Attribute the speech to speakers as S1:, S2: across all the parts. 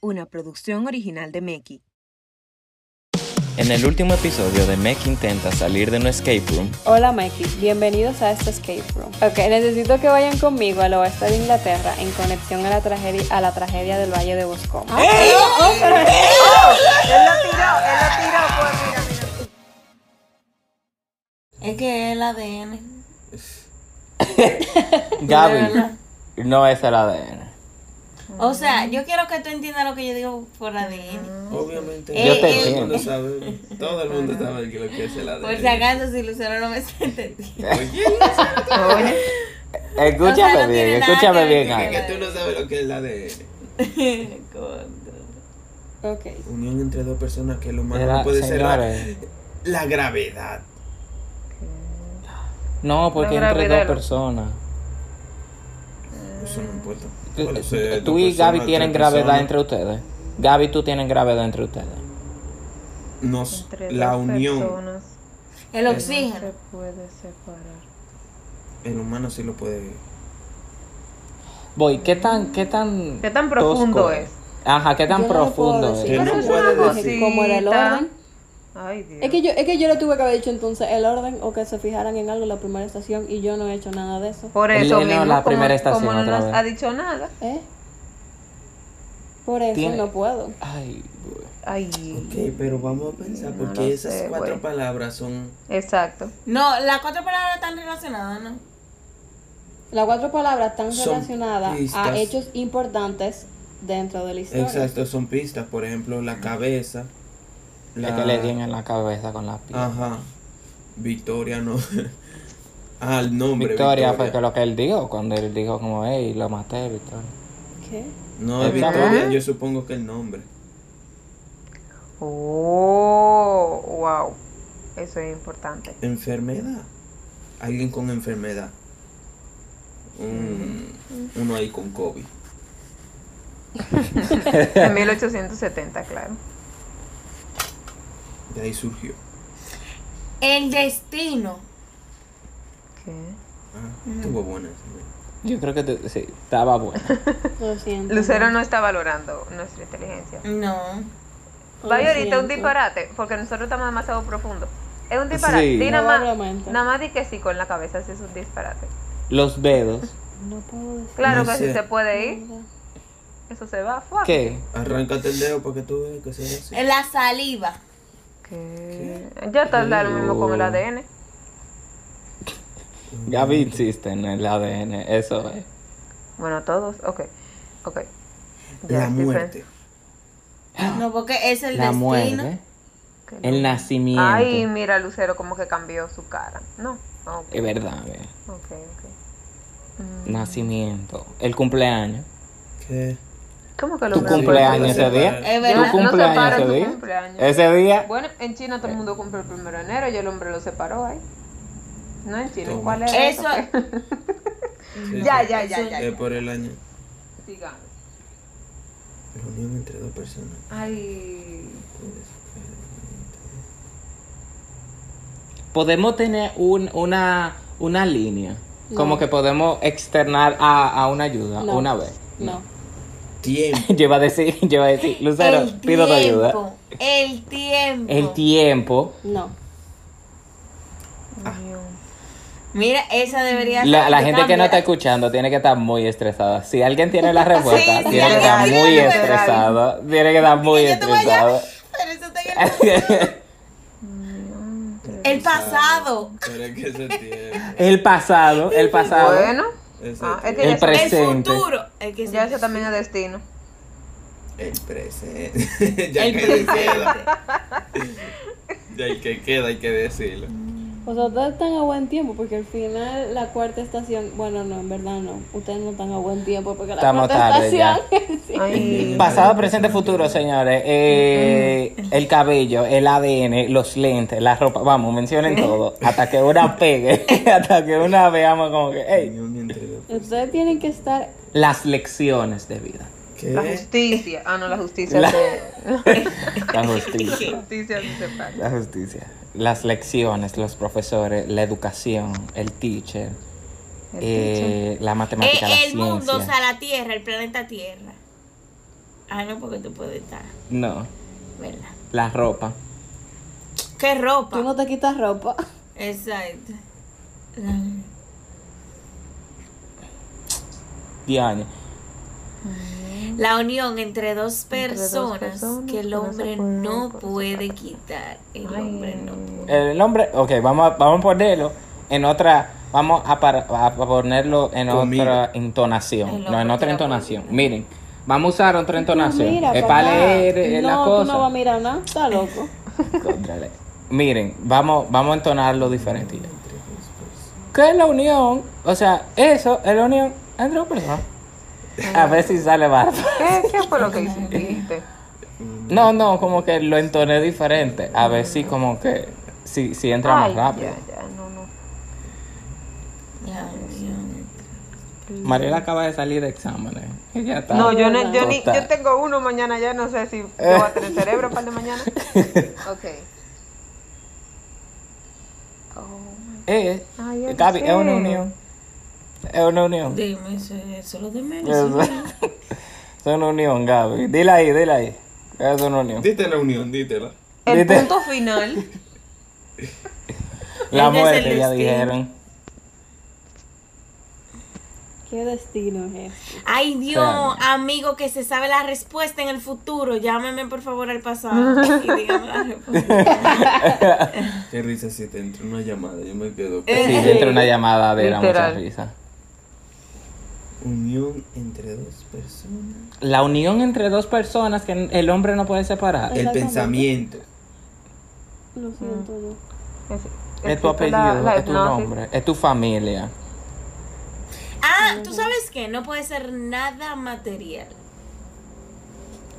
S1: una producción original de Meki.
S2: En el último episodio de Meki intenta salir de un escape room,
S3: Hola Mikey, bienvenidos a este escape room. Ok, necesito que vayan conmigo al oeste de Inglaterra en conexión a la tragedia, a la tragedia del Valle de Boscombe.
S4: Ah.
S5: Es que el ADN.
S2: Gaby no es el ADN.
S5: O sea, yo quiero que tú entiendas lo que yo digo por ADN.
S6: Obviamente,
S5: Eh,
S6: todo
S2: eh.
S6: el mundo sabe, todo el mundo sabe que lo que es el ADN.
S5: Por si acaso, si Lucero no me está entendiendo.
S2: Escúchame
S5: O sea, no tiene
S2: bien,
S5: nada
S2: escúchame
S5: que ver
S2: bien,
S5: con
S2: Gaby.
S5: el
S6: Que tú no sabes lo que es el ADN.
S5: Contra.
S3: Ok.
S6: Unión entre dos personas que el humano
S2: Era-
S6: no puede
S2: señores.
S6: cerrar. La gravedad.
S2: No, porque
S4: La
S2: entre dos
S4: gravedad.
S2: personas.
S6: Eso no importa.
S2: Tú, eh,
S6: Puede ser
S2: tú
S6: dos
S2: y Gaby
S6: personas,
S2: tienen
S6: tres
S2: gravedad
S6: personas.
S2: entre ustedes. Gaby, tú tienes gravedad entre ustedes.
S6: Nos,
S4: Entre
S6: la
S4: dos
S6: unión.
S4: personas
S5: El
S4: no se
S5: oxígeno.
S4: puede separar.
S6: El humano sí lo puede.
S2: Voy, ¿qué tan, qué tan,
S4: ¿Qué tan profundo
S2: tosco
S4: es?
S2: Ajá, ¿qué tan
S3: Yo no le puedo
S2: profundo ¿eh?
S3: decir.
S2: es?
S6: Que
S3: Pero
S6: no
S3: es
S6: puede
S3: una
S6: decir.
S3: Como era el
S4: Cosita.
S3: orden.
S4: Ay, Dios.
S3: Es que, yo, es que yo le tuve que haber dicho entonces el orden o que se fijaran en algo en la primera estación y yo no he hecho nada de eso.
S4: Por
S2: El-
S4: eso
S2: no,
S4: mismo,
S2: la
S4: como,
S2: primera estación
S4: como no
S2: otra
S4: nos
S2: vez.
S4: ha dicho nada.
S3: ¿Eh? Por eso
S2: Tiene-
S3: no puedo.
S2: Ay, güey.
S4: Ay,
S6: Ok, pero vamos a pensar,
S4: No
S6: porque
S4: lo
S6: esas
S4: sé,
S6: cuatro
S4: güey.
S6: palabras son.
S4: exacto.
S5: No, las cuatro palabras están relacionadas, ¿no?
S3: Las cuatro palabras están
S6: Son
S3: relacionadas
S6: pistas.
S3: a hechos importantes dentro de la historia.
S6: Exacto, son pistas. Por ejemplo, la cabeza.
S2: La... que le dieron en la cabeza con las piernas.
S6: Ajá. Victoria no. ah, el nombre.
S2: Victoria, fue que lo que él dijo, cuando él dijo como, hey, lo maté, Victoria.
S3: ¿Qué?
S6: No, es
S2: Exacto.
S6: Victoria, yo supongo que el nombre.
S4: Oh, wow. Eso es importante.
S6: Enfermedad. Alguien con enfermedad. Un- uno ahí con COVID.
S4: En 1870, claro.
S6: De ahí surgió.
S5: El destino.
S4: ¿Qué?
S6: Ah, Estuvo buena. esa, ¿no?
S2: Yo creo que te- sí, estaba bueno.
S3: Lo siento.
S4: Lucero no está valorando nuestra inteligencia.
S5: No.
S4: Vaya ahorita un
S3: siento.
S4: disparate, porque nosotros estamos demasiado profundos. Es un disparate.
S2: Sí.
S4: Di nada más,
S3: Probablemente.
S4: nada más di que sí con la cabeza, si es un disparate.
S2: Los dedos.
S3: No puedo decir
S4: Claro
S6: No
S4: que
S6: sé.
S4: sí se puede ir,
S3: nada.
S4: eso se va. ¡fua!
S2: ¿Qué?
S6: Arráncate el dedo para que tú veas que se ve así.
S5: La saliva.
S4: ¿Qué? Ya está lo mismo con el ADN.
S2: Gaby insiste en el ADN, eso eh. es.
S4: Bueno, todos, ok. Ok.
S6: La
S4: Ya estoy pen-
S6: muerte.
S5: No, porque es el
S2: Ah, La
S5: destino.
S2: muerte.
S4: que no.
S2: El nacimiento.
S4: Ay, mira, Lucero como que cambió su cara. No, ok,
S2: Es verdad, ve.
S4: ok, Mm, ok.
S2: Nacimiento. El cumpleaños.
S6: ¿Qué?
S4: ¿Cómo que lo
S2: Tu
S4: veo?
S2: cumpleaños
S6: sí,
S2: ese
S6: sí.
S2: día.
S5: Es
S4: Yo-
S2: Tu
S5: verdad.
S4: no
S2: cumpleaños
S4: separo
S2: ese
S4: tu
S2: día.
S4: cumpleaños.
S2: Ese día.
S4: Bueno, en China todo el mundo cumple el primero de enero y el hombre lo separó ahí. No en China,
S6: Toma.
S4: ¿cuál es
S5: Eso-
S6: Sí,
S4: ya,
S6: sí.
S4: ya, ya, ya.
S6: Es por el año.
S4: Digamos.
S6: La unión entre dos personas.
S4: Ay.
S2: Podemos tener un- una, una línea. Como que podemos externar a, a una ayuda
S3: No.
S2: una vez.
S3: No.
S6: Tiempo.
S2: Lleva a decir, lleva a decir, Lucero,
S5: el
S2: pido tu ayuda.
S5: tiempo. El tiempo.
S2: El tiempo.
S3: No.
S5: Mira, esa debería
S2: La,
S5: ser.
S2: la
S5: Yo
S2: gente que no está
S5: cambié.
S2: escuchando tiene que estar muy estresada. Si alguien tiene la respuesta,
S5: Sí, sí,
S2: tiene que estar
S5: sí,
S2: muy
S5: sí,
S2: estresada. Tiene que estar muy
S5: Yo te voy a-
S2: estresada.
S5: Pero eso está en el- El pasado.
S6: Pero es que ese tiempo.
S2: El pasado, el pasado.
S4: Bueno,
S6: Ese
S4: ah, es que
S6: tiempo.
S2: El
S4: ya,
S2: pre-
S4: eso-
S2: Presente.
S5: El futuro. El que se-
S4: ya eso también es destino.
S6: El presente. ya
S5: El
S6: que queda. ya el que queda hay que decirlo.
S3: O sea, ustedes están a buen tiempo porque al final la cuarta estación, bueno, no, en verdad no, ustedes no están a buen tiempo porque la
S2: Estamos
S3: cuarta
S2: tarde ya.
S3: estación, sí.
S4: Ay.
S2: Pasado, presente, futuro, señores. Eh, el cabello, el ADN, los lentes, la ropa. Vamos, mencionen todo. Hasta que una pegue. hasta que una veamos como que. "Ey".
S6: Unión entre dos.
S3: ustedes tienen que estar,
S2: Las lecciones de vida.
S6: ¿Qué?
S4: La justicia. Ah, no, la justicia
S2: La-
S4: se-
S2: La justicia.
S4: La justicia se separa.
S2: La justicia. Las lecciones, los profesores, la educación, el teacher, eh, la
S5: Eh,
S2: matemática, la
S5: El,
S2: ciencia.
S5: mundo, o sea, la Tierra, el planeta Tierra. Ah, no, porque tú puedes estar,
S7: No,
S5: ¿verdad?
S7: la ropa.
S5: ¿Qué ropa?
S3: Tú no te quitas ropa.
S5: Exacto.
S7: Diana.
S5: La unión entre dos
S4: Entre dos
S5: personas,
S4: personas
S5: que el
S4: que no se
S5: hombre
S4: pueden
S5: no
S4: por
S5: puede quitar. El hombre no puede.
S2: Eh.
S7: El nombre, ok, vamos a, vamos a ponerlo en otra, vamos a, par- a ponerlo en
S6: Comida.
S7: otra entonación.
S5: El
S7: no, en
S5: hombre
S7: otra
S5: tira
S7: entonación.
S5: comida.
S7: Miren, vamos a usar otra entonación. es
S3: papá.
S7: para leer eh,
S3: no,
S7: la
S3: tú
S7: cosa.
S3: no vas a mirar nada. Está loco.
S7: Contrale. Miren, vamos, vamos a entonarlo diferente. ya. ¿Qué es la unión? O sea, eso es la unión entre dos personas. A ver si sale barba.
S4: ¿Qué, qué fue lo que hiciste?
S7: No, no, como que lo entoné diferente. A ver si como que si, si entra
S4: Ay,
S7: más rápido.
S4: ya, ya, no, no.
S5: La unión.
S7: Mariela acaba de salir de exámenes. Ella está.
S4: No, yo, no, yo, ni,
S7: Total.
S4: yo tengo uno mañana ya, no sé si yo voy a tener cerebro para el de mañana. Ok. Oh,
S7: Eh,
S4: Ay, yo
S7: Gaby,
S4: no
S7: es una
S4: sé.
S7: unión. Es una unión.
S5: Dime, eso eso es lo de menos.
S7: Es es una unión, Gaby. Dile ahí, dile ahí. Es una unión.
S6: Dite la unión, dítela.
S4: el
S7: Viste.
S4: punto final.
S5: Ella
S7: La
S5: es el
S7: muerte, ya
S5: destino.
S7: dijeron.
S3: ¿Qué destino es
S2: Eh.
S3: este?
S5: Ay, Dios,
S7: Claro.
S5: amigo que se sabe la respuesta en el futuro. Llámeme por favor al pasado y dígame la respuesta.
S6: Qué risa si te entra una llamada, yo me quedo.
S7: Eh, Sí, dentro de una llamada de la mucha
S4: Literal.
S7: risa.
S6: Unión entre dos personas.
S7: La unión entre dos personas que el hombre no puede separar.
S6: El
S3: Exactamente.
S6: pensamiento.
S3: Lo siento,
S4: Mm.
S3: no.
S4: Es,
S7: Es tu
S4: existe
S7: apellido,
S4: la- la
S7: es tu
S4: hipnosis.
S7: nombre, es tu familia.
S5: Ah, ¿tú sabes qué? No puede ser nada material.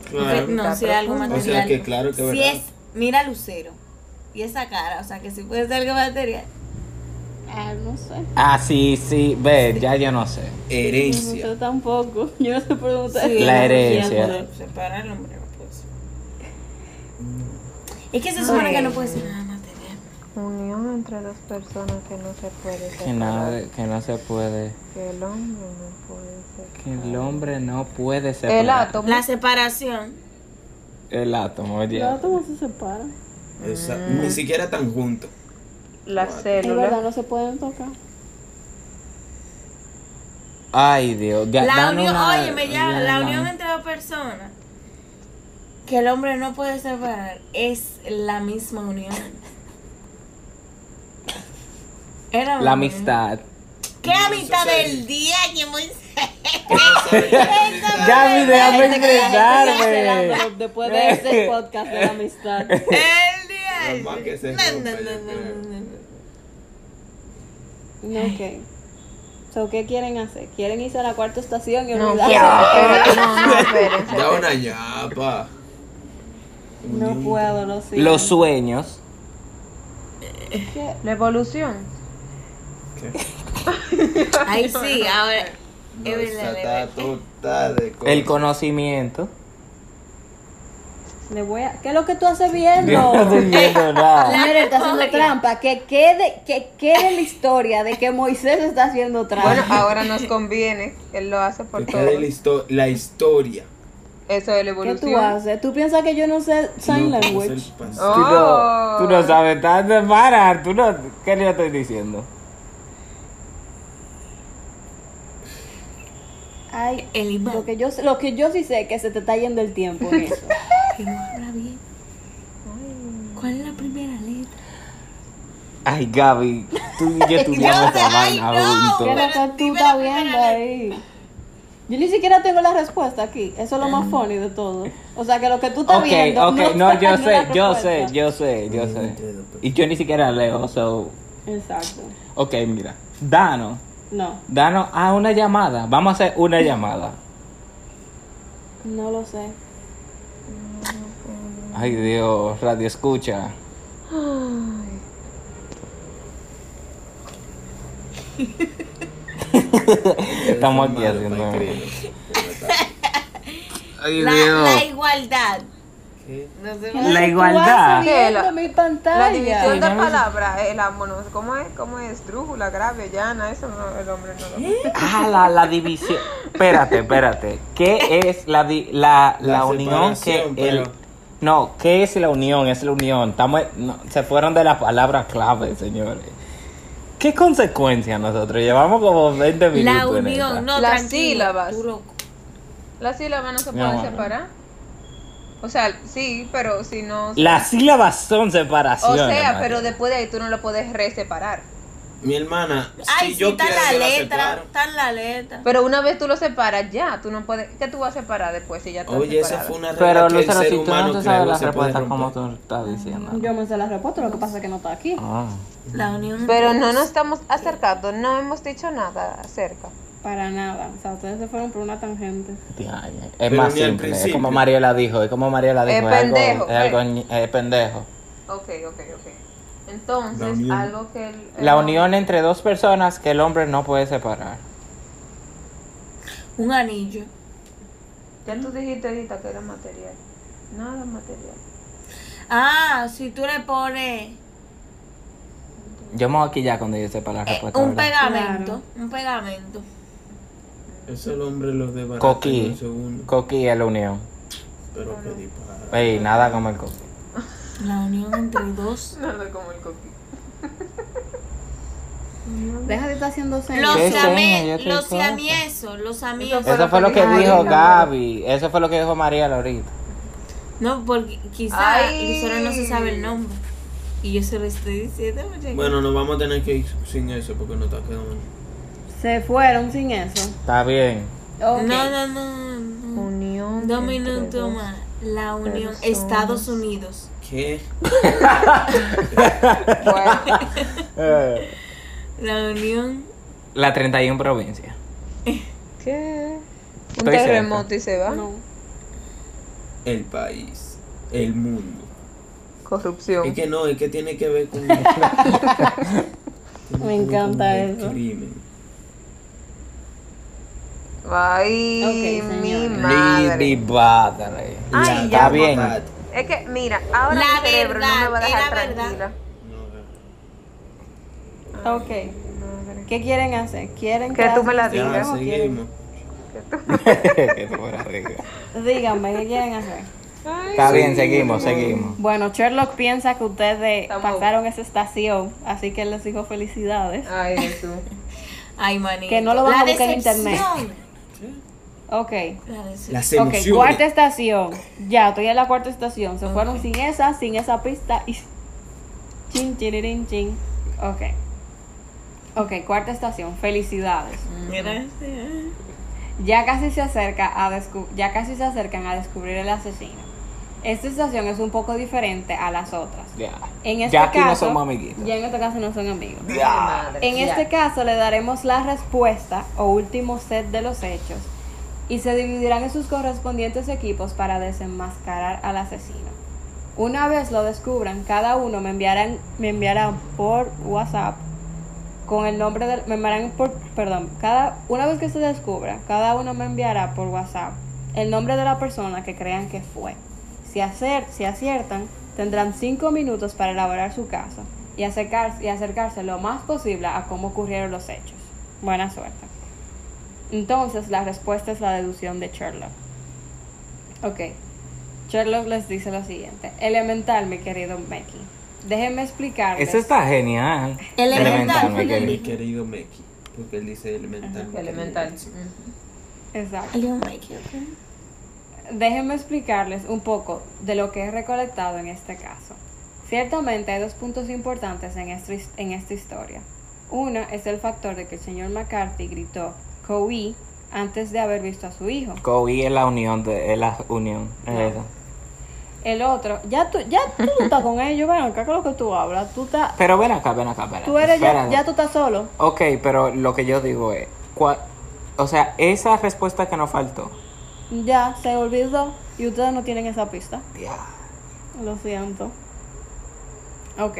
S6: Claro.
S5: No, si es algo material.
S6: O sea que claro que
S5: si
S6: verdad.
S5: es, mira Lucero. Y esa cara, o sea que si puede ser algo material.
S3: Ah, no sé.
S7: Ah, sí, sí, ve, ya yo no sé.
S3: No sé
S6: Herencia.
S3: tampoco. Yo no sé por dónde ustedes-
S7: La herencia.
S5: Separa el hombre, no puede ser. Es que se supone que no puede ser nada material.
S4: Unión entre dos personas que no se puede
S7: Que
S4: separar.
S7: no, que no se puede.
S4: Que el hombre no puede separar.
S7: Que el hombre no puede separar.
S4: El átomo.
S5: La separación.
S7: El átomo, oye.
S3: Los átomos se separan.
S6: Esa-
S5: Ah.
S6: Ni siquiera tan juntos.
S4: La
S3: Es verdad,
S4: célula.
S3: no se pueden tocar.
S7: Ay, Dios. ya,
S5: la
S7: dan
S5: unión,
S7: una-
S5: oye, me llama, la
S7: dan-
S5: unión entre dos personas que el hombre no puede separar es la misma unión. Es
S7: La
S5: misma
S7: amistad.
S5: unión. ¿Qué amistad del día que muy-
S7: Gaby, déjame
S5: Este
S7: expresarme.
S3: Pero después de este podcast de la amistad.
S5: El día
S6: Lo más que se
S5: No, no,
S6: rompe,
S5: no,
S6: yo
S5: no,
S6: creo.
S5: no,
S3: No,
S5: no.
S3: ok. So, ¿Qué quieren hacer? ¿Quieren irse a la cuarta estación y
S4: No,
S3: olvidarse?
S4: espérate, no, no, espérense.
S6: Da una ñapa.
S3: No puedo, lo siento.
S7: Los sueños.
S4: La evolución.
S5: Ahí sí, ahora.
S6: No,
S5: Es
S6: esa
S5: verdad, es
S6: está
S5: verdad.
S6: tota de cosas.
S7: El conocimiento.
S3: Le voy a... ¿Qué es lo que tú haces viendo?
S7: Yo no estoy viendo nada.
S3: Mira, está haciendo
S5: memoria.
S3: trampa. Que quede, que quede la historia de que Moisés está haciendo
S7: Ah.
S3: trampa.
S4: Bueno, ahora nos conviene. Él lo hace por
S6: Que
S4: todo.
S6: quede la, histo- la historia.
S4: Eso de la
S3: ¿Qué
S4: evolución.
S3: tú haces? ¿Tú piensas que yo no sé sign
S6: No,
S3: language?
S6: es el pas-
S7: Tú no, tú no sabes tanto parar. Tú no, ¿Qué le estoy diciendo?
S3: Ay,
S5: El imán.
S3: lo que, yo, lo que yo sí sé es que se te está yendo el tiempo en eso.
S5: Que no habla bien. ¿Cuál es la primera letra?
S7: Ay, Gaby, tú y yo tuvimos esa
S5: ay,
S7: vaina
S3: ¿Qué
S5: no.
S3: es
S7: juntos.
S3: lo que tú
S5: dime
S3: estás
S5: la primera
S3: viendo ahí? Yo ni siquiera tengo la respuesta aquí. Eso es lo más funny de todo. O sea, que lo que tú estás
S7: Ok,
S3: viendo...
S7: ok, no, yo
S3: tengo la
S7: sé, yo sé,
S3: respuesta.
S7: yo sé, yo sé. Y yo ni siquiera leo, so.
S3: Exacto.
S7: Ok, mira. Danos,
S3: No,
S7: danos a una llamada. Vamos a hacer una llamada.
S3: no lo sé.
S7: Ay, Dios, radio escucha. Estamos aquí
S6: Malo para
S7: haciendo.
S6: escribir.
S7: Ay,
S5: La, la igualdad.
S7: ¿Qué?
S5: No se
S7: La
S5: va.
S7: igualdad.
S4: La-
S3: mi
S4: La
S3: pantalla.
S4: división de palabras, el amor, ¿cómo es? ¿Cómo es? Trújula, grave, llana, eso no, el hombre no
S6: ¿Eh?
S4: lo
S7: Ah, la, la división. Espérate, espérate. ¿Qué es la, di- la, la,
S6: La
S7: unión que
S6: separación,
S7: el...
S6: pero-
S7: No, ¿qué es la unión? Es la unión. Estamos, no, se fueron de la palabra clave, señores. ¿Qué consecuencias nosotros? Llevamos como 20 minutos.
S5: La
S7: en
S5: unión,
S7: esta.
S5: no,
S4: Las
S5: tranquilo,
S4: sílabas.
S5: tú loco.
S4: Las sílabas no se
S7: Mi
S4: pueden
S7: amor.
S4: separar. O sea, sí, pero si no...
S7: Las sílabas son
S4: O
S7: separaciones.
S4: sea,
S7: María.
S4: pero después de ahí tú no lo puedes reseparar.
S6: Mi hermana, si
S5: Ay, sí,
S6: yo
S5: está
S6: quiero,
S5: la
S6: yo la
S5: letra,
S6: separo.
S5: está en la letra.
S4: Pero una vez tú lo separas ya, tú no puedes... ¿Qué tú vas a separar después si ya estás
S6: Oye, esa
S4: separada?
S6: fue una regla
S7: Pero
S6: que el
S7: Lucero,
S6: ser
S7: si tú
S6: humano
S7: no te sabes
S6: creó,
S7: la
S6: se puede
S7: respuesta como
S6: romper.
S7: tú estás diciendo.
S4: Mm,
S3: Yo me sé la respuesta, lo que pasa es que no está aquí.
S7: Ah.
S5: La unión.
S4: Pero no nos estamos acercando, no hemos dicho nada acerca.
S3: Para nada. O sea, ustedes se fueron por una tangente.
S7: Diañe. Es
S6: Pero
S7: más
S6: ni al
S7: simple, es
S6: principio.
S7: como Mariola dijo, es como Mariola dijo,
S4: Es
S7: es, algo-
S4: pendejo,
S7: es algo
S4: eh.
S7: ñe- es pendejo.
S4: Ok, ok, ok.
S6: La
S4: Entonces,
S6: unión.
S4: algo que... el- el
S3: Eh,
S7: La
S4: hombre-
S7: unión entre dos personas que el hombre no puede separar.
S5: Un anillo.
S4: Ya tú dijiste ahorita que era material. Nada material.
S5: Ah, si tú le pones
S7: Yo me voy aquí ya cuando yo sepa
S3: Eh,
S7: la respuesta.
S5: eh, un
S7: ¿verdad?
S5: pegamento, un pegamento.
S6: Eso el hombre los de
S7: Coqui.
S6: un segundo.
S7: Coqui es la unión.
S6: Pero que dispara.
S7: Ey, nada como el coqui.
S5: La unión entre dos.
S4: Nada como el coquí.
S3: Deja de estar haciendo señas.
S5: Los
S7: ¿Qué señas?
S5: lame-
S7: Yo qué
S5: los
S7: cosa.
S5: lamiesos, los amigos.
S4: Eso
S7: Eso fue lo que
S4: Mariola.
S7: dijo Gaby, eso fue lo que dijo María ahorita.
S5: No, porque quizá
S4: Ay.
S5: Lucero no se sabe el nombre. Y yo se lo estoy diciendo, muchachos.
S6: Bueno, nos vamos a tener que ir sin eso porque no está quedando.
S3: Se fueron sin eso.
S7: Está bien.
S3: Ok.
S5: No, no, no, no.
S4: Unión.
S5: Dos minutos más. La unión.
S4: personas.
S5: Estados Unidos.
S6: ¿Qué?
S4: Bueno,
S7: Eh,
S5: La unión.
S7: La 31 provincia.
S4: ¿qué? Un
S7: Estoy
S4: terremoto y se va.
S3: No.
S6: El país. El mundo.
S4: Corrupción.
S6: Es que no, es que tiene que ver con.
S3: Me encanta
S6: el
S3: eso.
S6: Crimen.
S4: Ay,
S3: Ok,
S4: mi
S3: señora.
S7: Lady
S4: madre.
S7: Battery.
S3: Ah.
S6: La
S4: Ay,
S7: Está
S4: ya.
S7: bien.
S4: Es que, mira, ahora
S5: La
S4: mi cerebro no me va a
S5: verdad,
S4: dejar
S5: era verdad.
S4: tranquila.
S6: No, no.
S3: Ok. ¿Qué quieren hacer? ¿Quieren
S4: Que tú me la
S3: hacer-
S6: Ya,
S4: digas.
S3: ¿Cómo quieren?
S6: seguimos.
S7: Que tú fueras rica.
S3: Díganme, ¿qué quieren hacer?
S7: Está bien, seguimos, seguimos.
S3: Bueno, Sherlock piensa que ustedes
S4: Estamos-
S3: pasaron esa estación, así que él les dijo felicidades.
S4: Ay, Jesús.
S5: Ay, manito.
S3: Que no lo van
S5: La
S3: a buscar en
S5: decepción.
S3: internet. Ok.
S5: La decepción.
S3: Ok,
S6: Las emociones.
S3: cuarta estación. Ya, estoy en la cuarta estación. Se fueron sin esa, sin esa pista y. Chin, chiririn, chin. Ok. Ok, cuarta estación. Felicidades.
S5: Gracias.
S3: Ya casi se acerca a descu- ya casi se acercan a descubrir el asesino. Esta estación es un poco diferente a las otras.
S7: Ya.
S3: En este
S7: Ya aquí no
S3: caso,
S7: somos amiguitos.
S3: Ya en este caso no son amigos.
S7: Ya.
S3: En este caso le daremos la respuesta o último set de los hechos y se dividirán en sus correspondientes equipos para desenmascarar al asesino. Una vez lo descubran, cada uno me enviarán, me enviarán por WhatsApp con el nombre del... Me enviarán por... Perdón. Cada, una vez que se descubra, cada uno me enviará por WhatsApp el nombre de la persona que crean que fue. Si, acer- si aciertan, tendrán cinco minutos para elaborar su caso y, acercarse, y acercarse lo más posible a cómo ocurrieron los hechos. Buena suerte. Entonces, la respuesta es la deducción de Sherlock. Ok. Sherlock les dice lo siguiente. Elemental, mi querido Mickey. Déjenme explicarles.
S7: Eso está genial.
S5: Elemental,
S7: me quedé.
S6: Mi querido Meki. Porque él dice elemental. mi
S4: Elemental.
S6: querido Meki.
S4: Mm.
S3: Exacto.
S5: Ay, oh my God.
S3: Déjenme explicarles un poco de lo que he recolectado en este caso. Ciertamente hay dos puntos importantes en, esta his- en esta historia. Una es el factor de que el señor McCarthy gritó Cowie antes de haber visto a su hijo.
S7: Kobe es la unión, de, es la unión. es eso.
S3: El otro, ya tú, ya tú no estás con ellos, ven acá con lo que tú hablas, tú estás,
S7: Pero ven acá, ven acá, espérate,
S3: tú eres ya,
S7: espérate.
S3: ya tú estás solo.
S7: Ok, pero lo que yo digo es, cua- o sea, esa respuesta que nos faltó.
S3: Ya, se olvidó y ustedes no tienen esa pista. Lo siento. Ok.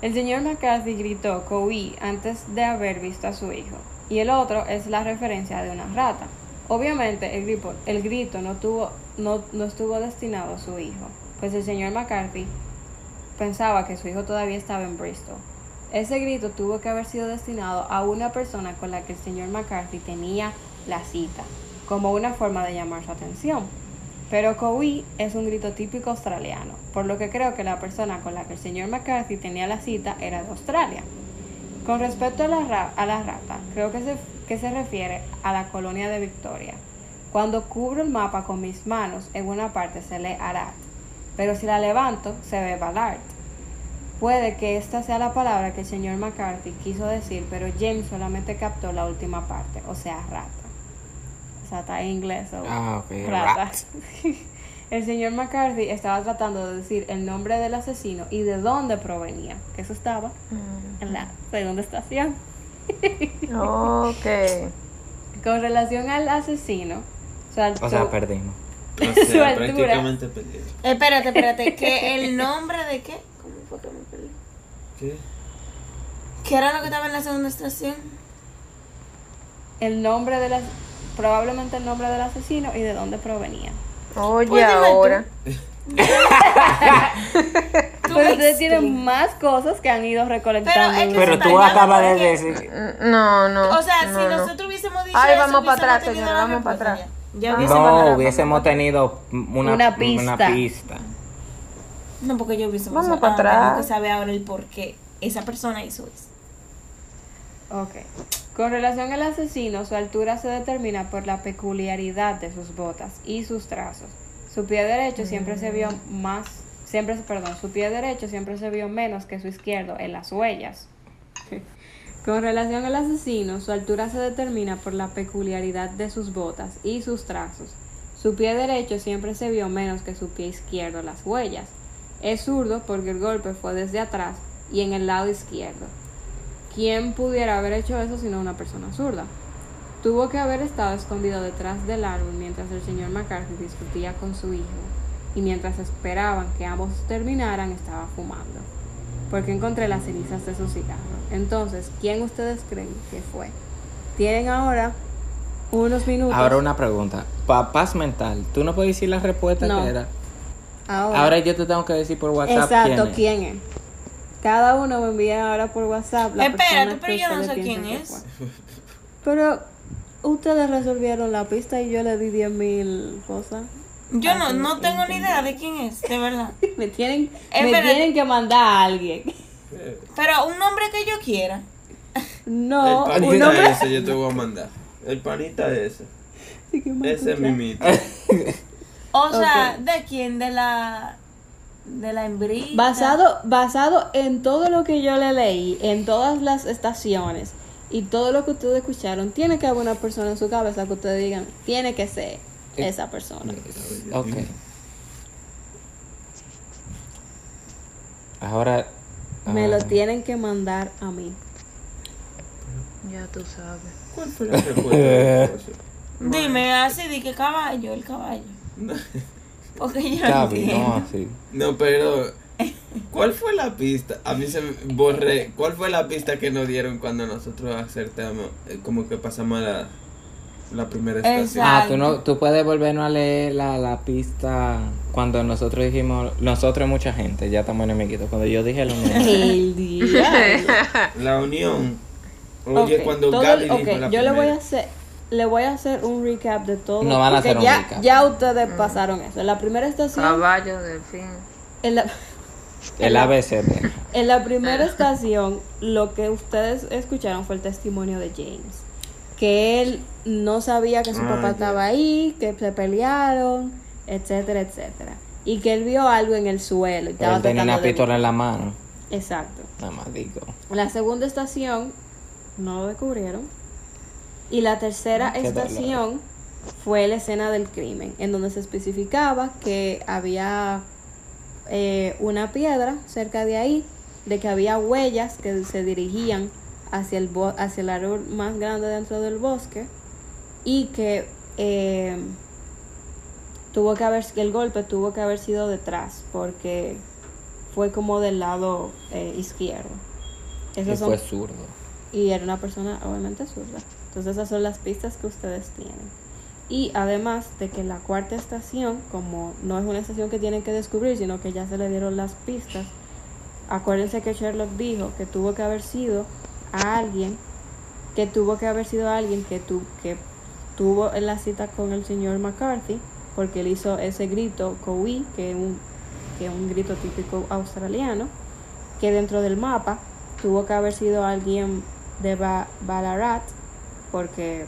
S3: El señor McCarthy gritó Cowie antes de haber visto a su hijo. Y el otro es la referencia de una rata. Obviamente, el grito, el grito no, tuvo, no, no estuvo destinado a su hijo, pues el señor McCarthy pensaba que su hijo todavía estaba en Bristol. Ese grito tuvo que haber sido destinado a una persona con la que el señor McCarthy tenía la cita, como una forma de llamar su atención. Pero Cowie es un grito típico australiano, por lo que creo que la persona con la que el señor McCarthy tenía la cita era de Australia. Con respecto a la, ra- a la rata, creo que se, que se refiere a la colonia de Victoria. Cuando cubro el mapa con mis manos, en una parte se lee Arat, pero si la levanto, se ve Ballard. Puede que esta sea la palabra que el señor McCarthy quiso decir, pero James solamente captó la última parte, o sea, rata. O sea, está en inglés. o-
S7: Ah, ok,
S3: rata.
S7: rat.
S3: El señor McCarthy estaba tratando de decir el nombre del asesino y de dónde provenía, que eso estaba
S7: Mm.
S3: en la segunda estación.
S4: Ok.
S3: Con relación al asesino, su altu-
S7: O sea, perdimos.
S6: O
S3: Su
S6: sea,
S3: altura.
S6: prácticamente perdido.
S5: Espérate, espérate, que el nombre de qué? ¿Cómo fue que me perdí?
S6: ¿Qué?
S5: ¿Qué era lo que estaba en la segunda estación?
S3: el nombre de la- probablemente el nombre del asesino y de dónde provenía.
S4: Oye,
S5: Pues dime tú.
S4: ahora.
S5: Tú
S3: Pero
S5: me
S3: ustedes tienen
S5: explicas.
S3: más cosas que han ido recolectando.
S5: Pero es que-
S7: Pero tú acabas de decir.
S4: No, no. Mm.
S5: O sea,
S4: no,
S5: si
S4: no.
S5: nosotros hubiésemos dicho
S4: Ay,
S5: eso,
S4: vamos pa'
S5: hubiésemos
S4: atrás,
S5: tenido
S4: señora,
S5: la
S4: vamos pa'
S5: respuesta
S4: atrás.
S5: ya. Ya hubiésemos
S7: No,
S5: ganado.
S7: hubiésemos tenido una,
S3: Una pista.
S7: una pista.
S5: No, porque yo hubiésemos
S4: Vamos
S5: ganado.
S4: pa'
S5: Ah, tengo
S4: atrás.
S5: que saber ahora el por qué esa persona hizo eso.
S3: Ok. Con relación al asesino, su altura se determina por la peculiaridad de sus botas y sus trazos. Su pie derecho siempre se vio más, siempre, perdón, su pie derecho siempre se vio menos que su izquierdo en las huellas. Con relación al asesino, su altura se determina por la peculiaridad de sus botas y sus trazos. Su pie derecho siempre se vio menos que su pie izquierdo en las huellas. Es zurdo porque el golpe fue desde atrás y en el lado izquierdo. ¿Quién pudiera haber hecho eso sino una persona zurda? Tuvo que haber estado escondido detrás del árbol mientras el señor McCarthy discutía con su hijo y mientras esperaban que ambos terminaran estaba fumando, porque encontré las cenizas de su cigarro. Entonces, ¿quién ustedes creen que fue? Tienen ahora unos minutos.
S7: Ahora una pregunta. Pa- paz mental. ¿Tú no puedes decir la respuesta
S3: No.
S7: que era?
S3: Ahora.
S7: Ahora yo te tengo que decir por WhatsApp
S3: Exacto,
S7: quién es.
S3: ¿quién es? Cada uno me envía ahora por WhatsApp. La
S5: Espérate,
S3: persona
S5: pero
S3: que
S5: yo no
S3: ustedes
S5: sé
S3: piensan
S5: quién
S3: que
S5: es.
S3: fue. Pero ustedes resolvieron la pista y yo le di 10.000 mil cosas.
S5: Yo no, no tengo ni idea de quién es, de verdad.
S3: Me tienen, me
S5: Espérate.
S3: tienen que mandar a alguien.
S5: Pero un nombre que yo quiera.
S3: No,
S6: el
S3: un
S6: panita
S3: hombre.
S6: ese yo te voy a mandar. El panita ese.
S3: Sí, que me
S6: Ese es
S3: escucha.
S6: mimito.
S5: O sea, ¿de quién? De la. De la hembrita.
S3: Basado, basado en todo lo que yo le leí, en todas las estaciones y todo lo que ustedes escucharon, tiene que haber una persona en su cabeza que ustedes digan, tiene que ser esa persona.
S7: Ok. Ahora.
S3: Me lo
S7: ah,
S3: tienen que mandar a mí.
S4: Ya tú sabes.
S6: ¿Cuál fue la respuesta de la cosa?
S5: Dime, así di que caballo, el caballo. Porque yo no
S7: Gaby,
S5: entiendo.
S7: no así.
S6: No, pero. ¿Cuál fue la pista? A mí se me borré. ¿Cuál fue la pista que nos dieron cuando nosotros acertamos? eh, Como que pasamos a la, la primera estación.
S5: Exacto.
S7: Ah, tú, no, tú puedes volvernos a leer la, la pista cuando nosotros dijimos. Nosotros y mucha gente, ya estamos enemiguitos. Cuando yo dije lo mismo.
S3: El diablo.
S6: La unión. Oye,
S3: Ok,
S6: cuando
S3: todo el-
S6: Gaby dijo
S3: ok,
S6: la
S3: yo le
S6: primera.
S3: voy a hacer le voy a hacer un recap de todo
S7: No van a
S3: porque
S7: hacer un
S3: ya,
S7: recap.
S3: ya ustedes pasaron eso en la primera estación
S4: Caballo, delfín.
S3: en la,
S7: El ABCD.
S3: en la primera estación lo que ustedes escucharon fue el testimonio de James que él no sabía que su
S6: Ah,
S3: papá
S6: ya.
S3: estaba ahí que se pelearon etcétera etcétera y que él vio algo en el suelo y
S7: Pero
S3: estaba
S7: él tenía una
S3: tratando de-
S7: pistola en la mano.
S3: exacto
S7: Nada más digo.
S3: La segunda estación no lo descubrieron. Y la tercera
S7: Qué dolor.
S3: estación fue la escena del crimen, en donde se especificaba que había eh, una piedra cerca de ahí, de que había huellas que se dirigían hacia el, bo- hacia el árbol más grande dentro del bosque y que eh, tuvo que haber que el golpe tuvo que haber sido detrás porque fue como del lado eh, izquierdo.
S7: Y
S3: Esas son-
S7: fue zurdo.
S3: y era una persona obviamente zurda. Entonces esas son las pistas que ustedes tienen. Y además de que la cuarta estación, como no es una estación que tienen que descubrir, sino que ya se le dieron las pistas, acuérdense que Sherlock dijo que tuvo que haber sido a alguien, que tuvo que haber sido alguien que, tu, que tuvo en la cita con el señor McCarthy, porque él hizo ese grito Kowi, que es un, que es un grito típico australiano, que dentro del mapa tuvo que haber sido alguien de Ba- Ballarat, porque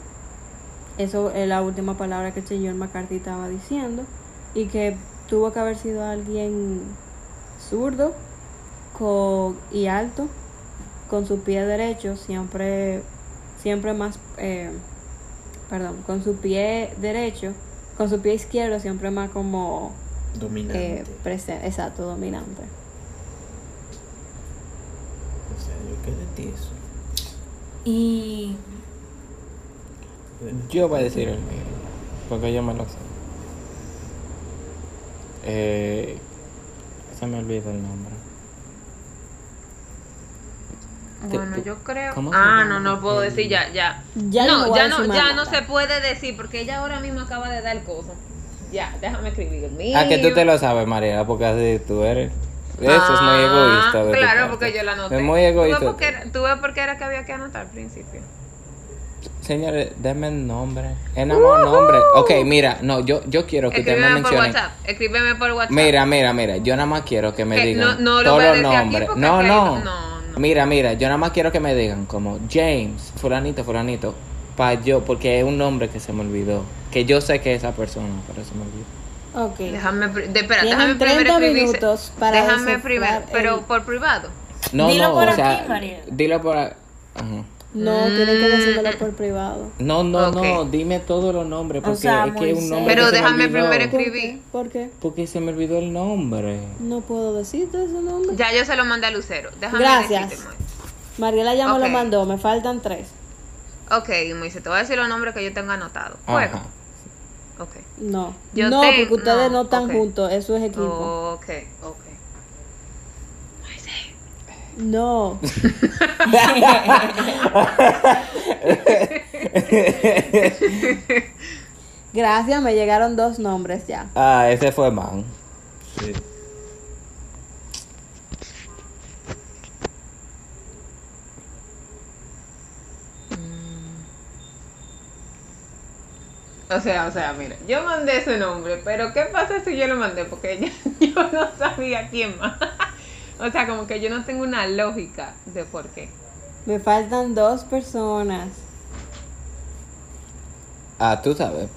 S3: eso es la última palabra que el señor McCarthy estaba diciendo. Y que tuvo que haber sido alguien zurdo co- y alto, con su pie derecho, siempre, siempre más, eh, perdón, con su pie derecho, con su pie izquierdo, siempre más como
S6: Dominante.
S3: eh, presen- exacto, dominante.
S6: O sea, yo quedé tieso.
S5: Y
S6: Bueno,
S7: Yo voy a decir el mío, porque yo me lo sé. Eh, se me olvidó el nombre. Te-
S4: Bueno,
S7: tú-
S4: yo creo.
S7: ¿cómo se
S4: Ah,
S7: llama?
S4: no, no puedo
S7: El-
S4: decir ya, ya.
S3: Ya yo no
S4: no,
S3: voy a
S4: ya no,
S3: decir
S4: ya
S3: más
S4: no
S3: nada.
S4: se puede decir porque ella ahora mismo acaba de dar el coso. Ya, déjame escribir el mío.
S7: Ah, que tú te lo sabes, Mariela, porque así tú eres. Eso es muy
S4: Ah,
S7: egoísta. de tu
S4: Claro,
S7: parte.
S4: porque yo la anoté.
S7: Es muy
S4: Tú ves por qué
S7: egoísta.
S4: era- tú ves por qué era que había que anotar al principio.
S7: Señores, denme el nombre. Es nada más nombre. Ok, mira, no, yo, yo quiero que ustedes me
S4: Escríbeme por
S7: mencionen.
S4: WhatsApp. Escríbeme por WhatsApp.
S7: Mira, mira, mira, yo nada más quiero que me
S4: Que
S7: digan
S4: no- no lo
S7: todos
S4: voy a
S7: los
S4: decir aquí
S7: nombres.
S4: porque
S7: No,
S4: aquí hay-
S7: no.
S4: no, no.
S7: Mira, mira, yo nada más quiero que me digan como James, fulanito, fulanito, pa yo, porque es un nombre que se me olvidó, que yo sé que es esa persona, pero se me olvidó.
S3: Ok.
S4: Déjame, pri- de, espera,
S3: Tienen
S4: déjame primero
S3: 30
S4: escribir.
S3: minutos para
S4: déjame
S3: descifrar
S4: primero,
S3: el-
S4: pero por privado.
S7: No,
S5: Dilo
S7: no,
S5: por
S7: o
S5: aquí,
S7: sea,
S5: Mariela.
S7: dilo por a- ajá.
S3: No, tienen que decírmelo por privado.
S7: No, no,
S4: Ok.
S7: no, dime todos los nombres
S5: O
S7: porque
S5: sea,
S7: es que es un
S5: Moisés.
S7: nombre
S4: Pero
S7: que se me
S4: déjame
S7: olvidó.
S4: primero
S3: ¿Por
S4: escribir.
S3: qué? ¿Por qué?
S7: porque se me olvidó el nombre.
S3: No puedo decirte ese nombre.
S4: Ya yo se lo mandé a Lucero. Déjame
S3: Gracias.
S4: decirte, Moy.
S3: Mariela ya me
S4: Ok.
S3: lo mandó, me faltan tres.
S4: Ok, Moisés, te voy a decir los nombres que yo tengo anotados. Juego.
S7: Ajá.
S4: Ok.
S3: No.
S4: Yo
S3: no,
S4: te-
S3: porque ustedes
S4: no,
S3: no están
S4: ok. Oh.
S3: juntos, eso es equipo.
S4: Ok, ok.
S3: No. Gracias, me llegaron dos nombres ya.
S7: Ah, ese fue man.
S6: sí.
S4: O sea, o sea, mira, yo mandé ese nombre, pero ¿qué pasa si yo lo mandé? Porque ya- yo no sabía quién más. O sea, como que yo no tengo una lógica de por qué.
S3: Me faltan dos personas.
S7: Ah, tú sabes.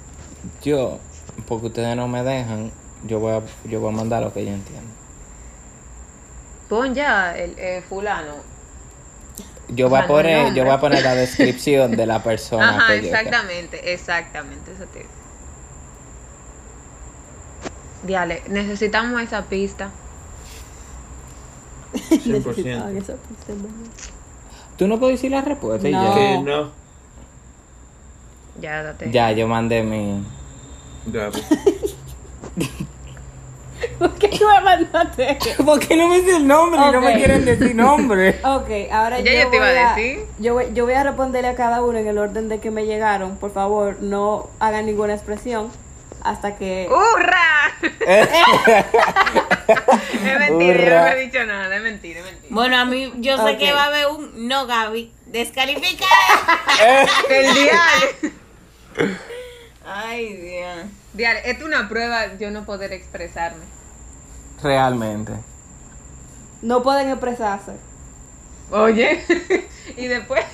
S7: Yo, porque ustedes no me dejan, yo voy a, yo voy a mandar lo que yo entiendo.
S4: Pon ya el eh, fulano.
S7: Yo
S4: O
S7: voy a
S4: sea, no el
S7: poner, yo voy a
S4: nombre.
S7: poner la descripción de la persona
S4: Ajá,
S7: que llega.
S4: exactamente, exactamente, eso te digo. Diale, necesitamos esa pista.
S6: 100%.
S3: Necesitaban esa persona.
S7: Tú no puedes decir la respuesta y
S3: No.
S7: ya.
S6: Que no.
S4: Ya, date.
S7: Ya, yo mandé mi.
S6: Gaby.
S3: ¿Por qué tú me mandaste?
S7: ¿Por qué no me dice el nombre
S3: y no me Ok. quieren
S7: decir nombre?
S3: Ok, ahora
S4: Ya
S3: yo
S4: yo te iba
S3: voy
S4: a decir.
S3: Yo voy, yo voy a responderle a cada uno en el orden de que me llegaron. Por favor, no hagan ninguna expresión hasta que...
S4: ¡Hurra! es mentira, yo no
S7: Hurra.
S4: he dicho nada, es mentira, es mentira.
S5: bueno, a mí yo sé
S3: Ok.
S5: que va a haber un no, Gaby. Descalifica.
S4: El diale.
S5: Ay, Dios.
S4: Diale, esto es una prueba yo no poder expresarme.
S7: Realmente.
S3: No pueden expresarse.
S4: Oye, y después.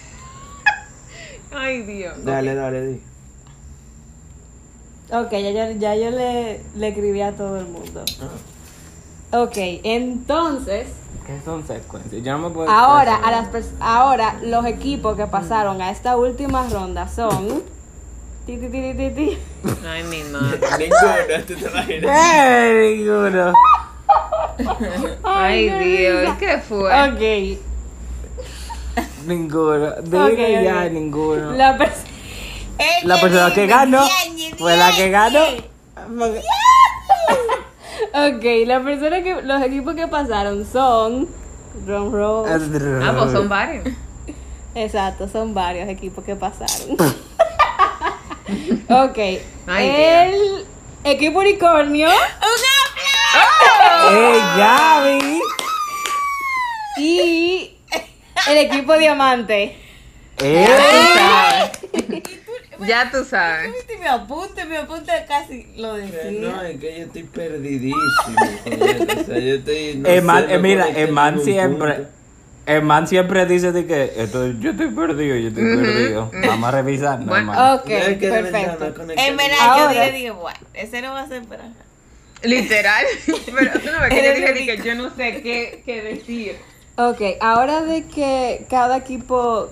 S4: Ay, Dios.
S6: Dale, dale, di.
S3: Ok, ya, yo- ya yo le, le escribí a todo el mundo. Ok, entonces,
S7: ¿Qué son secuencias? Yo no me puedo.
S3: ahora, a las
S7: expresar.
S3: pers- ahora los equipos que pasaron a esta última ronda son... ti, ti, ti, ti, ti, ti.
S4: Ay, mi madre.
S6: Ninguna, tú te imaginas.
S7: ¡Eh, ninguno!
S4: Ay, Dios, ¿qué fue?
S3: Ok,
S7: Ninguno. Dile
S3: Ok,
S7: ya,
S3: ok.
S7: ninguno.
S3: la pers-
S7: La persona que ganó fue la que ganó.
S3: Ok, la persona que los equipos que pasaron son Ron Roll.
S4: Ah, pues son varios.
S3: Exacto, son varios equipos que pasaron. Ok.
S4: Ay,
S3: el equipo unicornio
S7: ¡Ey, Eh, Gaby!
S3: y el equipo diamante.
S7: ¡Ey!
S4: Ya tú sabes.
S5: Viste, Me apunte, me apunte casi lo
S6: Eh,
S5: decía.
S6: No, es que yo estoy perdidísimo. joder. O sea, yo estoy. no
S7: El man,
S6: sé,
S7: eh,
S6: no
S7: mira,
S6: conecté
S7: el man
S6: ningún
S7: siempre.
S6: punto.
S7: El man siempre dice de que esto, yo estoy perdido, yo estoy perdido. Vamos a revisar, no,
S4: Bueno,
S7: man.
S3: Ok,
S6: No, es que de verdad no
S3: perfecto. Eh,
S6: conecté
S5: En verdad,
S3: Ahora-
S5: yo dije, dije, bueno, ese no va a ser para nada.
S4: Literal. Pero tú no ves que yo
S5: Eres
S4: dije de que yo no sé qué, qué decir.
S3: Ok, ahora de que cada equipo,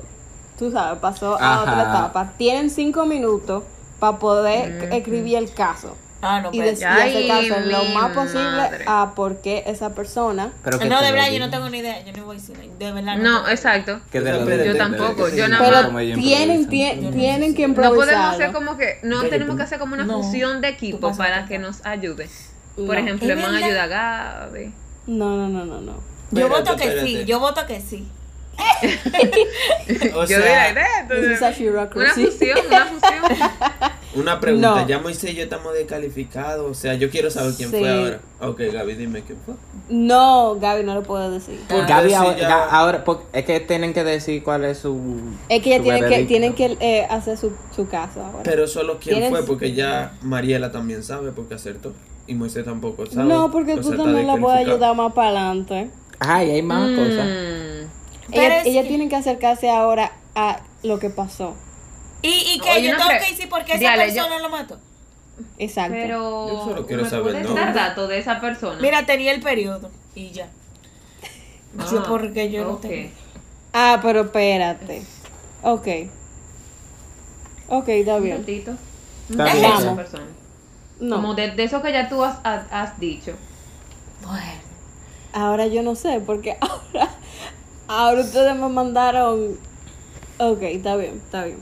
S3: tú sabes, pasó a
S7: Ajá.
S3: otra etapa, tienen cinco minutos para poder escribir el caso.
S5: Ah, no,
S3: Y
S5: pero-
S3: des- y
S4: Pues ya.
S3: hacer caso
S4: Ay,
S3: lo
S4: mi
S3: más posible
S4: madre.
S3: a por qué esa persona.
S7: Pero que
S5: No,
S7: te
S5: de
S7: lo
S5: verdad, yo
S7: diga.
S5: no tengo ni idea. Yo no voy a decir, de verdad.
S4: No,
S5: tengo.
S4: exacto.
S7: Que te lo
S6: Yo
S7: diga.
S6: tampoco,
S4: yo nada
S7: Como
S4: más.
S7: ella
S3: Pero
S7: improvisa.
S3: tienen, tien- tienen que
S4: No
S3: improvisar.
S4: podemos hacer como que, no tenemos que hacer como una
S5: No.
S4: fusión de equipo
S5: pasaste
S4: para
S5: acá.
S4: que nos ayude.
S3: No.
S4: Por ejemplo,
S5: Es
S4: le van a
S5: verdad.
S4: ayudar a Gaby.
S3: No, no, no, no, no.
S5: Yo
S6: Espérate,
S5: voto que sí,
S6: espérate.
S5: yo voto que sí.
S6: O
S4: Yo doy la
S6: sea,
S4: idea.
S3: This is a
S4: entonces, Una
S3: bureaucracy.
S4: fusión, una fusión.
S6: una pregunta.
S3: No.
S6: Ya Moisés y yo estamos descalificados. O sea, yo quiero saber quién
S3: Sí.
S6: fue ahora. Ok, Gaby, dime quién fue.
S3: No, Gaby, no lo puedo decir.
S6: Porque
S7: Gaby,
S6: si
S7: ahora,
S6: ya-
S7: Ga- ahora, porque es que tienen que decir cuál es su.
S3: Es que ya
S7: su
S3: tienen que,
S7: veredicto.
S3: tienen que eh, hacer su, su caso ahora.
S6: Pero solo quién
S3: ¿Quieres?
S6: fue, porque ya Mariela también sabe, porque acertó. Y Moisés tampoco sabe.
S3: no, porque
S6: O
S3: tú
S6: sea, está
S3: también la puedes
S6: descalificado.
S3: ayudar más para adelante.
S7: Ay, hay más cosas.
S4: Mm.
S5: Pero
S3: Ella,
S5: es
S3: ella
S5: que-
S3: tiene que acercarse ahora a lo que pasó.
S5: Y, y que
S4: Oye,
S5: yo
S4: no,
S5: tengo
S4: pero-
S5: que decir por qué esa
S4: Dígale,
S5: persona lo mató.
S3: Exacto.
S4: Pero.
S6: Yo solo quiero
S4: ¿me
S6: saber
S4: puedes
S6: el nombre.
S4: dar datos de esa persona?
S5: Mira, tenía el periodo y ya. yo porque yo no
S4: ok.
S5: tengo.
S3: Ah, pero espérate. Ok. Ok, está
S4: Un
S3: bien.
S4: ratito.
S7: Está
S4: Datos
S7: bien.
S4: de esa
S3: Vamos.
S4: persona. Como
S3: No.
S4: de, de eso que ya tú has, has- has dicho.
S5: Bueno,
S3: Ahora yo no sé, porque ahora. Ahora ustedes me mandaron. Ok, está bien, está bien.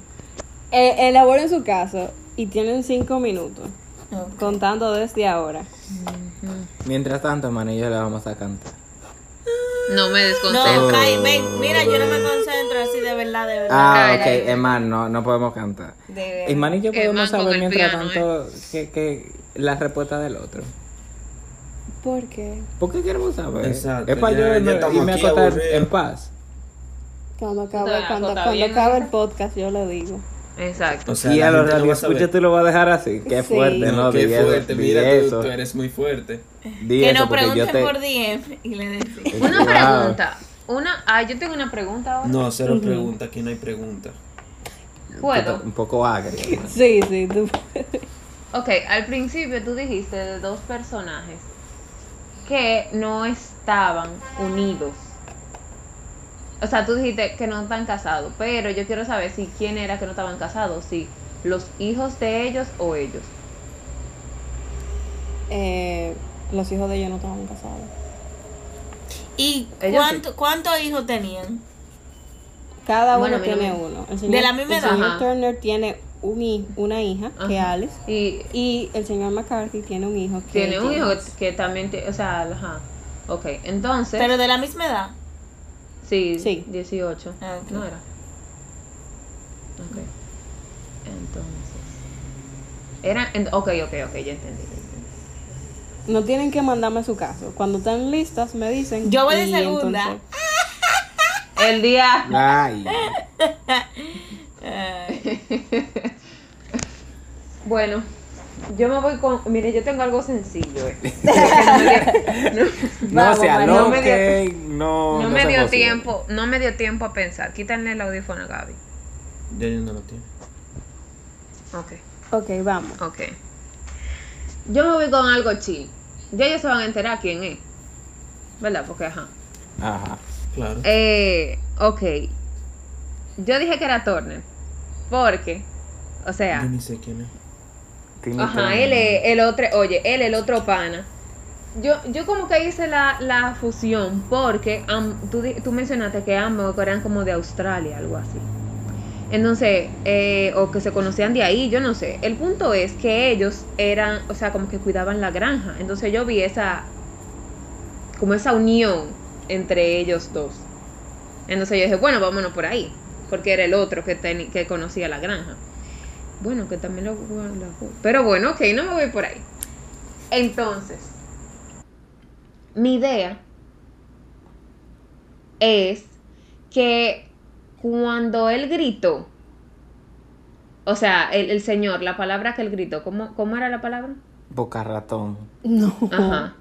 S3: Eh, elaboren su caso y tienen cinco minutos.
S5: no.
S3: Contando desde ahora.
S7: Mientras tanto, man, ellos la vamos a cantar.
S4: No me
S5: No,
S4: desconcentro.
S5: Kai, ven, mira, yo no me concentro así de verdad, de verdad.
S7: Ah,
S4: Ay,
S7: ok,
S4: ay, ay.
S7: Eman, no, no podemos cantar.
S5: De verdad.
S7: Eman y yo podemos
S4: Eman con
S7: saber
S4: el
S7: mientras
S4: piano,
S7: tanto que, que la respuesta del otro.
S3: ¿Por qué?
S7: ¿Por qué queremos saber?
S6: Exacto,
S7: es para
S6: ya-
S7: yo
S6: ya
S7: irme-
S6: estamos
S7: irme a
S6: aquí
S7: acostar
S6: aburridos.
S7: en paz.
S3: Cuando acabe,
S4: Está-
S3: cuando,
S4: está
S3: cuando
S4: bien,
S3: acabe
S4: ¿no?
S3: el podcast, yo lo digo.
S4: Exacto.
S6: O sea,
S7: y
S6: la
S7: a los
S6: gente no va a
S7: radioescuchas
S6: saber.
S7: tú lo vas a dejar así. Qué
S3: Sí.
S7: fuerte,
S6: No,
S7: ¿no?
S6: qué
S7: Di eso,
S6: fuerte,
S7: di
S6: mira, tú,
S7: eso,
S6: tú eres muy fuerte.
S7: di
S5: que
S7: eso,
S5: nos
S7: porque yo
S5: pregunten
S7: te-
S5: por DM y le decimos.
S4: Una
S7: Wow.
S4: pregunta. Una. Ah, yo tengo una pregunta ahora.
S6: No, cero pregunta, aquí no hay pregunta.
S4: ¿Puedo?
S7: Un poco agrio.
S3: Sí, sí, tú.
S4: Ok, al principio tú dijiste de dos personajes que no estaban unidos. O sea, tú dijiste que no están casados, pero yo quiero saber si quién era que no estaban casados, si los hijos de ellos o ellos.
S3: Eh, los hijos de ellos no estaban casados.
S5: ¿Y
S4: Ellos
S5: cuánto, cuántos hijos tenían?
S3: Cada
S4: Bueno,
S3: uno
S4: mira,
S3: tiene
S4: mira.
S3: uno. El
S5: De la misma
S3: el
S5: edad.
S3: señor
S4: Ajá.
S3: Turner tiene un, hi- una hija, que es
S4: Ajá.
S3: Alice.
S4: Y
S3: Y el señor McCarthy tiene un hijo que
S4: tiene un hijo
S3: James.
S4: que también, tie- o sea, ajá. Ok, entonces,
S5: Pero de la misma edad.
S4: sí,
S3: Sí.
S4: 18.
S5: Ah, ok.
S4: No era. Ok. Entonces. Era, en- ok, ok, ok, ya entendí. ya entendí.
S3: No tienen que mandarme su caso. Cuando están listas, me dicen.
S5: Yo voy de
S3: y
S5: segunda.
S3: entonces-
S4: El día.
S7: Ay,
S5: Eh,
S4: Bueno, yo me voy con. Mire, yo tengo algo sencillo. eh. no me dio,
S7: no
S4: Vamos,
S7: se
S4: María, no me dio-
S7: aloquen, no.
S4: no me
S7: se
S4: dio
S7: emocionen.
S4: tiempo, no me dio tiempo a pensar. Quítanle el audífono a Gaby.
S6: Ya yo no lo tengo.
S4: Ok,
S3: Ok, vamos.
S4: ok. Yo me voy con algo chill. Ya ellos se van a enterar quién es. ¿Verdad? Porque ajá.
S7: Ajá.
S6: Claro.
S4: Eh, ok. Yo dije que era Turner. Porque, o sea.
S6: Yo ni sé quién es.
S7: Tiene todo.
S4: Ajá, él es el otro, oye, él el otro pana. Yo, yo como que hice la, la fusión porque am- tú, di- tú mencionaste que ambos eran como de Australia, algo así. Entonces, eh, o que se conocían de ahí, yo no sé. El punto es que ellos eran, o sea, como que cuidaban la granja. Entonces yo vi esa, como esa unión entre ellos dos. Entonces yo dije, bueno, vámonos por ahí, porque era el otro que, teni- que conocía la granja. Bueno, que también lo, lo- Pero bueno, ok, no me voy por ahí. Entonces, mi idea es que cuando él gritó, o sea, el, el señor, la palabra que él gritó, ¿cómo, cómo era la palabra?
S7: Boca ratón.
S8: No.
S4: Ajá.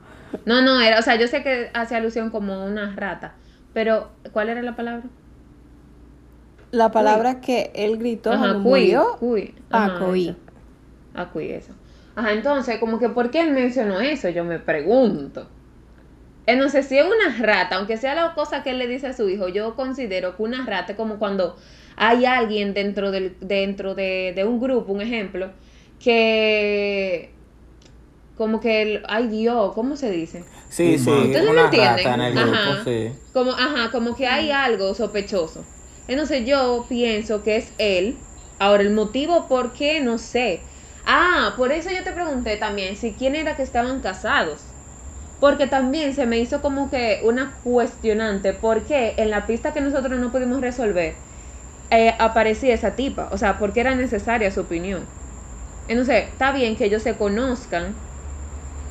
S4: No, no, era, o sea, yo sé que hace alusión como a una rata, pero ¿cuál era la palabra?
S8: La palabra que él gritó cuando
S4: cuy,
S8: murió.
S4: cuy.
S8: Ah,
S4: Ajá,
S8: cuy.
S4: eso. Ah, cuy, eso. Ajá, entonces, como que ¿por qué él mencionó eso? Yo me pregunto. Entonces, si es una rata, aunque sea la cosa que él le dice a su hijo, yo considero que una rata es como cuando hay alguien dentro, del, dentro de, de un grupo, un ejemplo, que como que, el- ay Dios, ¿cómo se dice?
S7: Sí, sí,
S6: Humano.
S4: ¿Ustedes me
S7: una
S4: entienden?
S7: rata en el grupo,
S4: Ajá.
S7: sí.
S4: Como, ajá, como que hay algo sospechoso. Entonces yo pienso que es él. Ahora, el motivo por qué, no sé. Ah, por eso yo te pregunté también si quién era que estaban casados. Porque también se me hizo como que una cuestionante. Porque en la pista que nosotros no pudimos resolver, eh, aparecía esa tipa. O sea, porque era necesaria su opinión. Entonces, está bien que ellos se conozcan,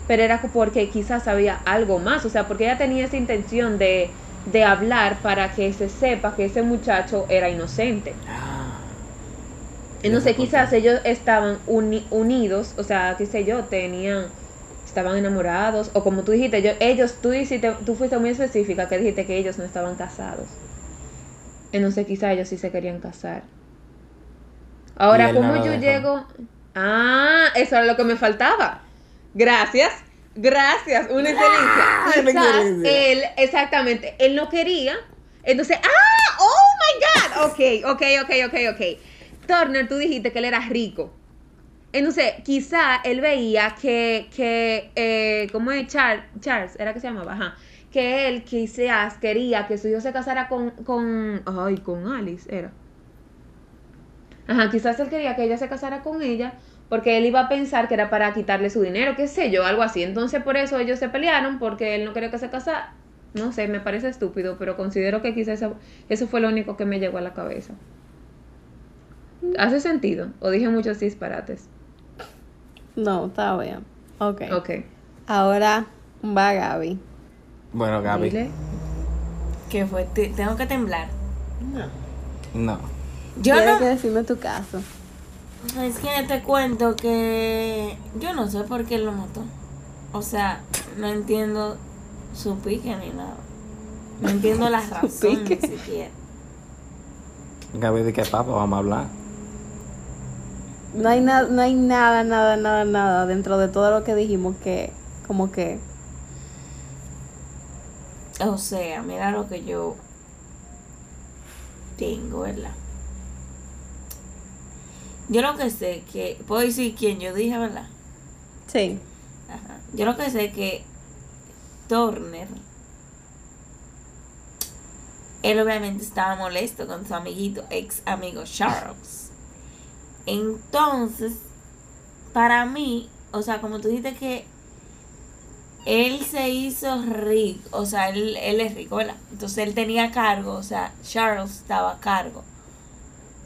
S4: pero era porque quizás había algo más, o sea, porque ella tenía esa intención de, de hablar para que se sepa que ese muchacho era inocente. Entonces quizás ellos estaban uni- unidos, o sea, qué sé yo, tenían, estaban enamorados, o como tú dijiste, yo- ellos, tú, hiciste, tú fuiste muy específica que dijiste que ellos no estaban casados. Entonces quizás ellos sí se querían casar.
S7: Y
S4: Ahora,
S7: él no
S4: ¿cómo
S7: la
S4: yo
S7: dejó.
S4: llego? Ah, eso era lo que me faltaba. Gracias, gracias, una excelencia. Quizás él, exactamente, él no quería. Entonces, ¡ah! ¡Oh my God! Ok, ok, ok, ok, ok. Turner, tú dijiste que él era rico. Entonces, quizá él veía que, que eh, ¿cómo es? Char- Charles, era que se llamaba, ajá. Que él quizás quería que su hijo se casara con, con, ay, con Alice, era. Ajá, quizás él quería que ella se casara con ella porque él iba a pensar que era para quitarle su dinero, qué sé yo, algo así. Entonces por eso ellos se pelearon porque él no quería que se casara. No sé, me parece estúpido, pero considero que quizás eso, eso fue lo único que me llegó a la cabeza. ¿Hace sentido? ¿O dije muchos disparates?
S8: No, está bien. Ok.
S4: Ok.
S8: Ahora va Gaby.
S7: Bueno, Gaby.
S4: Dile.
S5: ¿Qué fue? Te- tengo que temblar.
S7: No.
S5: Yo
S8: Tienes
S5: no.
S8: que decirme tu caso.
S5: Es que te cuento que yo no sé por qué lo mató. O sea, no entiendo su pique ni nada. No entiendo las razones ni siquiera.
S7: Gaby, ¿de qué papa vamos a hablar?
S8: No hay, na- no hay nada, nada, nada, nada dentro de todo lo que dijimos que, como que,
S5: O sea, mira lo que yo tengo, ¿verdad? Yo lo que sé que. Puedo decir quién yo dije, ¿verdad?
S8: sí.
S5: Ajá. Yo lo que sé que Turner, él obviamente estaba molesto con su amiguito, ex amigo Charles. Entonces, para mí, o sea, como tú dijiste que él se hizo rico, o sea, él, él es rico, ¿verdad? Entonces él tenía cargo, o sea, Charles estaba a cargo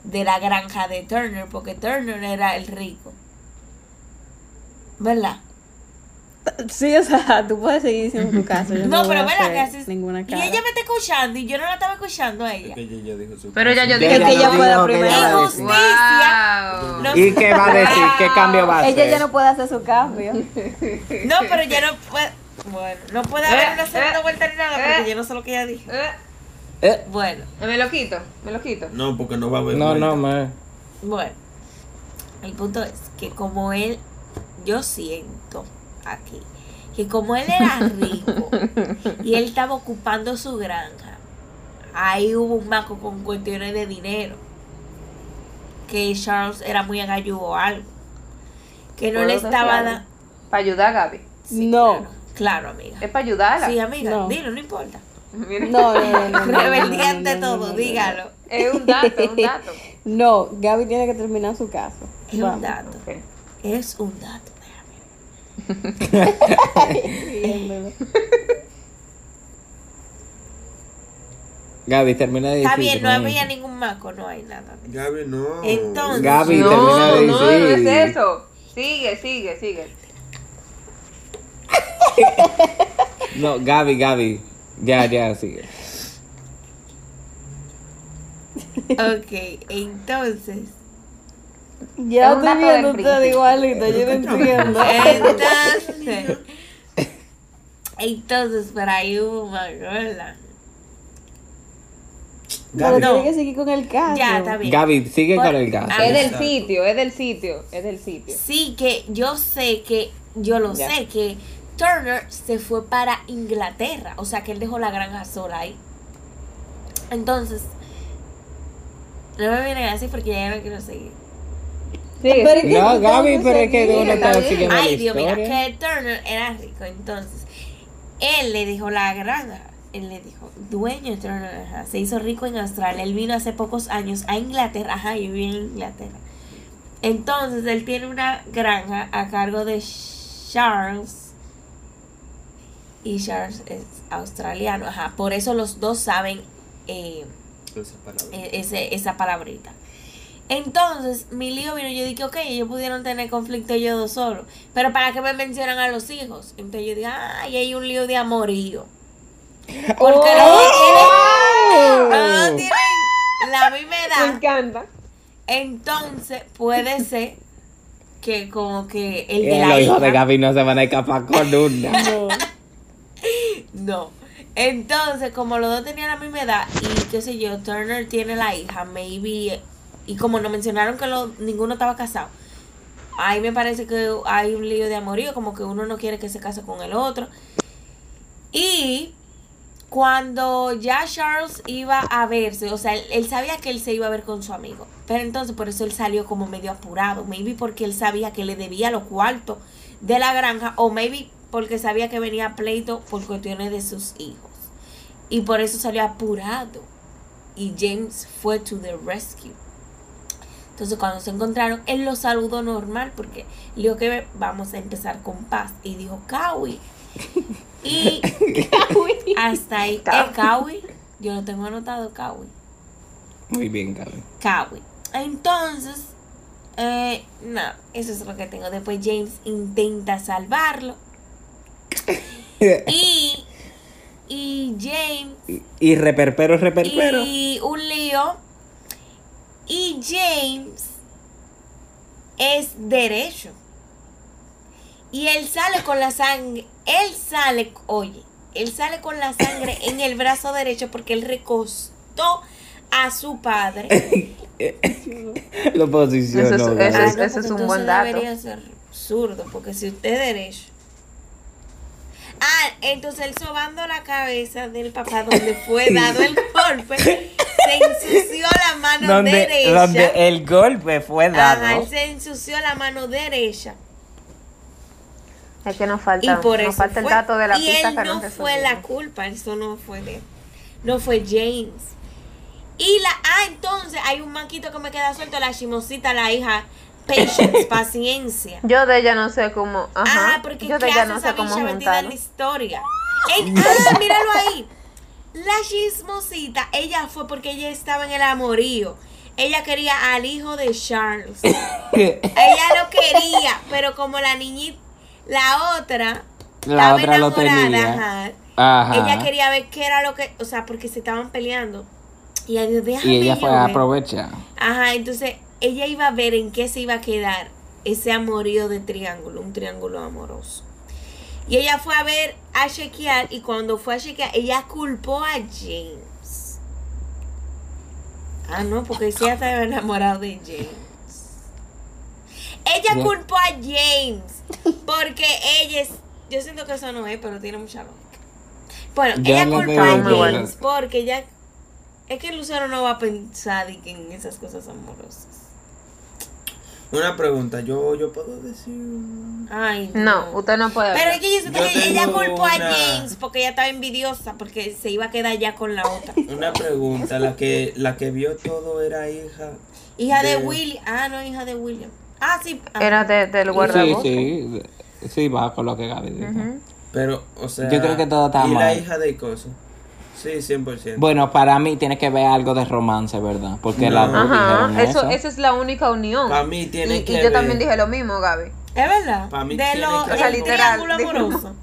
S5: de la granja de Turner, porque Turner era el rico, ¿verdad?
S8: Sí, o sea, tú puedes seguir diciendo tu caso. Yo
S5: No,
S8: voy
S5: pero
S8: a
S5: ¿verdad que
S8: hacer
S5: haces?
S8: ninguna
S5: Y
S8: cara.
S5: ella me está escuchando y yo no la estaba escuchando a ella.
S6: Que ella ya dijo su
S4: Pero ya yo
S7: Es
S4: dije
S8: que ella
S7: no
S8: fue la
S7: dijo que
S8: primera.
S7: ella va a decir.
S5: Injusticia.
S4: Wow.
S5: No,
S7: ¿Y qué va a decir? ¿Qué cambio va a hacer?
S8: Ella ya no puede hacer su cambio.
S5: no, pero ya no puede. Bueno, no puede haber
S8: Eh,
S5: una segunda vuelta ni nada porque yo no sé lo que ella dijo.
S4: Eh,
S7: Eh,
S5: Bueno,
S4: me lo quito, me lo quito.
S6: No, porque no va a haber.
S7: no,
S6: vuelta.
S7: no, man.
S5: bueno. El punto es que como él, yo siento aquí que como él era rico y él estaba ocupando su granja, ahí hubo un maco con cuestiones de dinero. Que Charles era muy agalludo o algo. Que no
S4: Puedo
S5: le estaba
S4: desafiarlo.
S5: dando.
S4: Para ayudar a Gaby.
S8: no.
S5: Claro, claro, amiga.
S4: Es para ayudarla.
S5: Sí, amiga,
S8: No.
S5: dilo, no importa.
S4: Mira,
S8: No, no, no, no, no, no,
S5: Rebeldía
S8: no,
S5: ante
S8: no,
S5: todo,
S8: no, no, no.
S5: dígalo.
S4: Es un dato, es un dato.
S8: No, Gaby tiene que terminar su caso.
S5: Es un
S8: Vamos.
S5: dato.
S4: Ok.
S5: Es un dato, déjame.
S8: Sí, es verdad.
S7: Gaby, termina de decir.
S5: Está bien, no había ningún maco, no hay nada. de eso.
S6: Gaby, no.
S5: Entonces-
S7: Gaby,
S4: No,
S7: termina de decir.
S4: no, no es eso. Sigue, sigue, sigue.
S7: No, Gaby, Gaby. Ya, ya, sigue.
S5: Ok, entonces.
S8: Ya
S4: Es un dato del
S8: estoy
S4: Eh,
S8: viendo usted
S4: príncipe.
S8: igualito, yo no entiendo.
S5: Entonces. Entonces, por ahí hubo un maco, ¿verdad?
S8: Pero
S6: Gaby,
S5: No.
S8: tiene que seguir con el caso.
S5: Ya, está bien.
S7: Gaby, sigue
S5: Bueno,
S7: con el gato.
S5: a
S4: Es del
S6: Exacto.
S4: sitio, es del sitio, es del sitio.
S5: Sí, que yo sé que, yo lo
S4: Ya.
S5: sé, que Turner se fue para Inglaterra. O sea, que él dejó la granja sola ahí. Entonces, no me vienen así porque ya yo no quiero seguir.
S4: Sigue,
S8: Pero es que
S7: No,
S8: yo tengo
S7: Gaby, pero es que
S8: seguir.
S7: uno
S4: está
S7: estaba
S4: bien.
S7: siguiendo la
S5: Ay, Dios, mira,
S7: historia.
S5: que Turner era rico. Entonces, él le dijo la granja. Él le dijo, dueño de Turner, ajá, se hizo rico en Australia. Él vino hace pocos años a Inglaterra. Ajá, yo viví en Inglaterra. Entonces, él tiene una granja a cargo de Charles. Y Charles es australiano. Ajá, por eso los dos saben. eh,
S6: esa palabra.
S5: e- ese, esa palabrita. Entonces, mi lío vino, yo dije, ok, ellos pudieron tener conflicto ellos dos solos, pero ¿para qué me mencionan a los hijos? Entonces yo dije, ay, hay un lío de amorío. Porque
S7: Oh.
S5: los dos tienen, los dos tienen la misma
S4: Me
S5: edad.
S4: encanta.
S5: Entonces, puede ser que como que el de
S7: Eh,
S5: la
S7: Los hijos de
S5: hija-
S7: Gaby no se van a escapar con una.
S5: No. Entonces, como los dos tenían la misma edad y qué sé yo, Turner tiene la hija, maybe. Y como no mencionaron que lo- ninguno estaba casado, ahí me parece que hay un lío de amorío, como que uno no quiere que se case con el otro. Y cuando ya Charles iba a verse, o sea, él, él sabía que él se iba a ver con su amigo, pero entonces por eso él salió como medio apurado, maybe porque él sabía que le debía los cuartos de la granja, o maybe porque sabía que venía pleito por cuestiones de sus hijos, y por eso salió apurado, y James fue to the rescue. Entonces cuando se encontraron, él lo saludó normal porque le dijo que vamos a empezar con paz. Y dijo, Kawi. Y hasta ahí. El Kawi. Yo lo tengo anotado, Kawi.
S7: Muy bien, Gaby.
S5: Kawi. Entonces, eh, no, eso es lo que tengo. Después James intenta salvarlo. Y, y James
S7: Y- Y reperpero, reperpero.
S5: y un lío. Y James es derecho. Y él sale con la sangre. Él sale, oye, él sale con la sangre en el brazo derecho porque él recostó a su padre.
S7: Lo posicionó.
S4: Eso
S5: Ah,
S4: es- eso
S7: Gaby.
S5: no,
S4: es-
S5: porque
S4: ese un
S5: entonces
S4: buen dato.
S5: debería ser zurdo, porque si usted es derecho. Ah, entonces él sobando la cabeza del papá donde fue dado el golpe, se ensució la mano
S7: donde,
S5: derecha.
S7: donde el golpe fue dado.
S5: Ajá, él se ensució la mano derecha.
S4: Es que nos
S5: Y
S4: falta,
S5: por
S4: nos
S5: eso
S4: falta
S5: fue.
S4: el dato de la
S5: y
S4: pista
S5: él
S4: que
S5: no
S4: se
S5: fue
S4: subió.
S5: la culpa, eso no fue de él. No fue James. Y la, ah, entonces hay un manquito que me queda suelto, la chimosita, la hija. Patience, paciencia.
S4: Yo de ella no sé cómo. Ajá.
S5: Ah, porque
S4: yo
S5: ¿qué
S4: de ella
S5: hace
S4: no
S5: esa
S4: sé cómo
S5: bicha metida en
S4: juntarlo.
S5: la historia? En- ah, míralo ahí. La chismosita, ella fue porque ella estaba en el amorío. Ella quería al hijo de Charles. ella lo quería, pero como la niñita, la otra, estaba
S7: La otra lo
S5: enamorada,
S7: tenía.
S5: ajá,
S7: Ajá.
S5: Ella quería ver qué era lo que, o sea, porque se estaban peleando. Y ella dijo, déjame
S7: y ella fue
S5: yo
S7: a
S5: ver".
S7: aprovechar.
S5: Ajá, entonces ella iba a ver en qué se iba a quedar ese amorío de triángulo, un triángulo amoroso. Y ella fue a ver, a chequear, y cuando fue a chequear, ella culpó a James. Ah, no, porque sí, ella estaba enamorada de James. Ella
S7: Ya.
S5: culpó a James, porque ella es... Yo siento que eso no es, pero tiene mucha lógica. Bueno,
S7: Ya
S5: ella
S7: lo
S5: culpó a
S7: veo,
S4: muy bueno.
S5: James porque ella es que Lucero no va a pensar y que en esas cosas amorosas.
S6: Una pregunta, yo, yo puedo decir. un-
S5: Ay,
S4: No, usted no puede.
S5: Pero es que yo siento
S6: Yo
S5: que ella
S6: tengo
S5: culpó a
S6: una-
S5: James porque ella estaba envidiosa porque se iba a quedar ya con la otra.
S6: Una pregunta, la que, la que vio todo era hija.
S5: Hija de
S6: De-
S5: William. Ah, no, hija de William. Ah, sí. ah.
S4: Era de- del
S7: Sí,
S4: guardabosque.
S7: sí. Sí, va con lo que Gaby dijo.
S6: Pero, o sea.
S7: Yo creo que todo está
S6: Y la
S7: mal.
S6: hija de Coso. Sí, 100%.
S7: Bueno, para mí tiene que ver algo de romance, ¿verdad? Porque la
S6: No.
S7: dos
S4: Ajá,
S7: dijeron
S4: Ah, eso,
S7: eso.
S4: esa es la única unión.
S6: Para mí tiene
S4: y,
S6: que
S4: y yo
S6: ver-
S4: también dije lo mismo, Gaby.
S5: Es verdad.
S6: Pa' mí
S5: de
S6: tiene
S5: lo
S6: que-
S5: el
S6: O sea,
S4: literal,
S5: triángulo
S4: dijo.
S5: amoroso.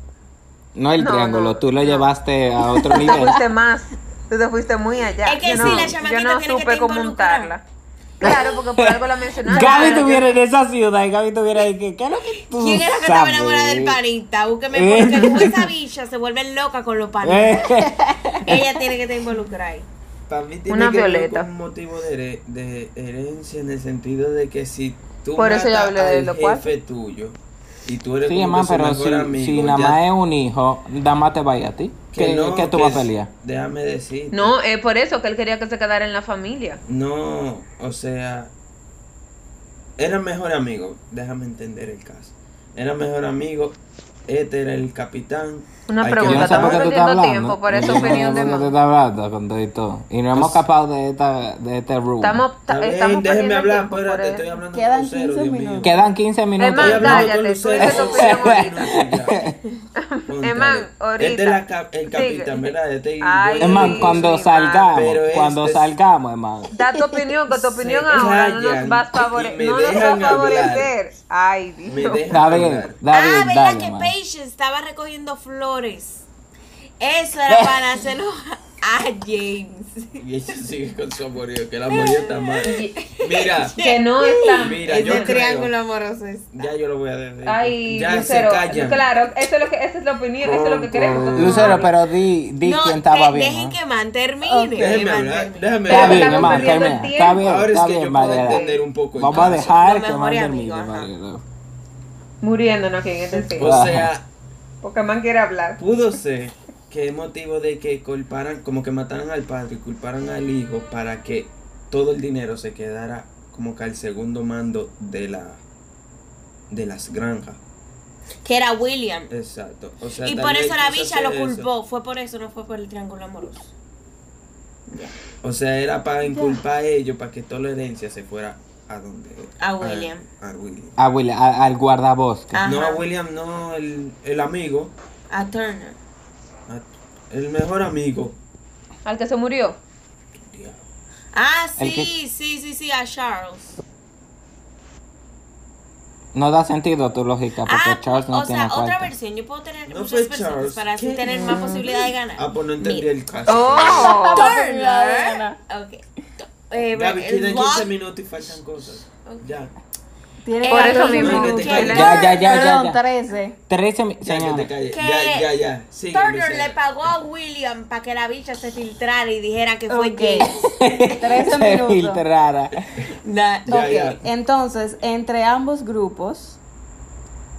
S7: No el
S4: No,
S7: triángulo,
S4: no,
S7: tú lo
S4: no.
S7: llevaste a otro
S4: Tú te
S7: nivel.
S4: fuiste más, tú te fuiste muy allá.
S5: Es que
S4: yo
S5: sí,
S4: no,
S5: la
S4: yo
S5: chamaquita
S4: no
S5: tiene que
S4: supe
S5: estar
S4: cómo
S5: involucrada.
S4: montarla. Claro, porque por algo la mencionaste.
S7: Gaby
S4: Claro, yo-
S7: estuviera en esa ciudad y Gaby estuviera ahí. ¿Qué, qué es lo que tú
S5: ¿Quién era que estaba
S7: sabes?
S5: enamorada del panita? Búsqueme
S7: Eh.
S5: porque como esa bicha se vuelve loca con los panitas.
S7: Eh,
S5: Ella tiene que estar involucrada ahí.
S6: Para mí tiene
S4: Una
S6: que ver
S4: violeta.
S6: con un motivo de, here- de herencia en el sentido de que si tú
S4: Por eso yo
S6: matas
S4: hablé de
S6: al
S4: lo cual.
S6: jefe tuyo y tú eres
S7: Sí,
S6: como
S7: mamá,
S6: que su
S7: pero
S6: mejor
S7: si,
S6: amigo,
S7: si nada
S6: ya-
S7: más es un hijo, nada más te vaya a ti. ¿Qué,
S6: no,
S7: qué tú
S6: que
S7: vas a
S6: es-
S7: pelear?
S6: Déjame decir.
S4: No, es por eso que él quería que se quedara en la familia.
S6: No, o sea, era mejor amigo, déjame entender el caso. Era mejor amigo, este era el capitán.
S4: Una
S6: hay que
S7: Yo
S4: pregunta,
S7: no sé
S6: matarlo.
S7: por qué
S4: estamos
S7: tú estás
S4: perdiendo
S7: hablando.
S4: tiempo, por eso
S7: Yo no sé
S4: opinión de
S7: por qué
S4: más.
S7: tú estás hablando con todo y todo. Y no
S5: Pues-
S7: hemos escapado de, esta, de este room.
S4: Estamos, ta-
S6: Está bien,
S4: estamos
S6: déjeme
S4: perdiendo
S6: hablar,
S4: tiempo por
S6: espérate,
S4: eso.
S6: estoy hablando
S8: Quedan
S6: con cero,
S8: 15
S6: Dios mío.
S8: minutos.
S7: Quedan 15 minutos.
S4: Emma,
S6: Estoy hablando
S4: cállate,
S6: con
S4: tú
S6: Lucero,
S4: dices tu
S6: son cero
S4: opinión
S6: minutos ya. Contaré.
S4: Emma, ahorita.
S6: Este es la cap- el capitán,
S4: Sigue.
S6: ¿verdad? Este es
S4: Ay,
S6: el-
S7: Emma,
S4: Sí,
S7: cuando
S4: sí,
S7: salgamos,
S6: pero este
S7: cuando
S6: es-
S7: salgamos, hermano.
S4: Da tu opinión, con tu opinión
S6: Se
S4: ahora no nos
S6: callan
S4: vas a
S6: y
S4: favore-
S6: me
S4: no nos va a
S6: dejan
S4: favorecer. Ay,
S6: Me
S4: Dios.
S6: dejan
S7: Está bien,
S6: hablar.
S7: está bien,
S5: ah, ¿verdad
S7: dale,
S5: que
S7: man.
S5: Patience estaba recogiendo flores? Eso era para hacerlo a James.
S6: Y ella sigue con su amorío, que el amorío está mal. Mira,
S4: Que no está.
S6: mira,
S5: Ese
S6: yo
S5: triángulo
S6: creo.
S5: amoroso es.
S6: Ya yo lo voy a decir.
S4: Ay,
S6: ya
S4: Lucero.
S6: se callan.
S4: Claro, eso es lo que, esa es la opinión, eso es lo que queremos.
S7: Lucero, pero di, di
S5: no,
S7: quién estaba
S5: de-
S7: bien.
S5: dejen
S7: ¿no?
S5: que Man termine. que
S6: Déjeme
S5: Man
S6: hablar,
S5: termine.
S6: déjeme
S7: Está
S4: Pero
S7: bien,
S4: estamos
S7: hermano,
S4: perdiendo
S7: termina.
S4: el
S7: Está bien,
S6: Ahora es
S7: está
S6: que yo
S7: bien,
S6: puedo
S7: Mariela.
S6: entender un poco el
S7: Vamos a
S6: caso.
S7: dejar
S5: Los
S7: que más
S5: mejores
S7: termine,
S5: amigos, ajá.
S7: Mariela.
S4: Muriéndonos aquí en este sitio.
S6: O sea,
S4: Porque man quiere hablar.
S6: pudo ser que es motivo de que culparan, como que mataran al padre y culparan al hijo para que todo el dinero se quedara como que al segundo mando de la de las granjas.
S5: Que era William.
S6: Exacto. O sea,
S5: Y
S6: tal
S5: por
S6: vez
S5: eso la
S6: quiso
S5: bicha lo
S6: hacer eso.
S5: culpó. Fue por eso, no fue por el triángulo amoroso.
S6: O sea, era para inculpar a ellos para que toda la herencia se fuera a donde
S5: A William.
S6: A, William.
S7: A Will- Ah, a- al guardabosque.
S5: Ajá.
S6: No a William, no el, el amigo,
S5: A Turner.
S6: a- el mejor amigo.
S4: Al que se murió.
S6: Diablo.
S5: Ah,
S7: El
S5: sí,
S7: que-
S5: sí, sí, sí, a Charles.
S7: No da sentido tu lógica, porque
S5: Ah,
S7: Charles no
S5: o
S7: tiene
S5: sea, otra
S7: cuarto.
S5: versión. Yo puedo tener
S6: No
S5: muchas
S6: fue
S5: versiones
S6: Charles.
S5: para así
S6: ¿Qué?
S5: tener más posibilidad de ganar.
S6: Ah, pues no entendí
S5: Mira,
S6: el caso.
S4: ¡Oh!
S5: Turner. Ok. Eh,
S6: Gaby,
S5: el
S6: tienen
S5: Rock-
S6: 15 minutos y faltan cosas. Ya,
S8: Tiene
S4: Por eso
S8: 14
S4: mismo.
S6: no,
S8: minutos.
S6: que te
S5: Ya,
S6: calles.
S7: Ya, ya, ya, ya.
S8: Perdón,
S7: ya.
S8: 13.
S7: 13 mi-
S6: Ya, que te
S7: señores.
S6: calles.
S5: que
S6: Ya, ya, ya. Sigue,
S5: Turner
S6: Lucero.
S5: le pagó a William para que la bicha se filtrara y dijera que fue
S8: Ok.
S5: James.
S8: 13
S7: Se
S8: minutos.
S7: filtrara.
S6: Ya, ya.
S8: Ok, entonces, entre ambos grupos,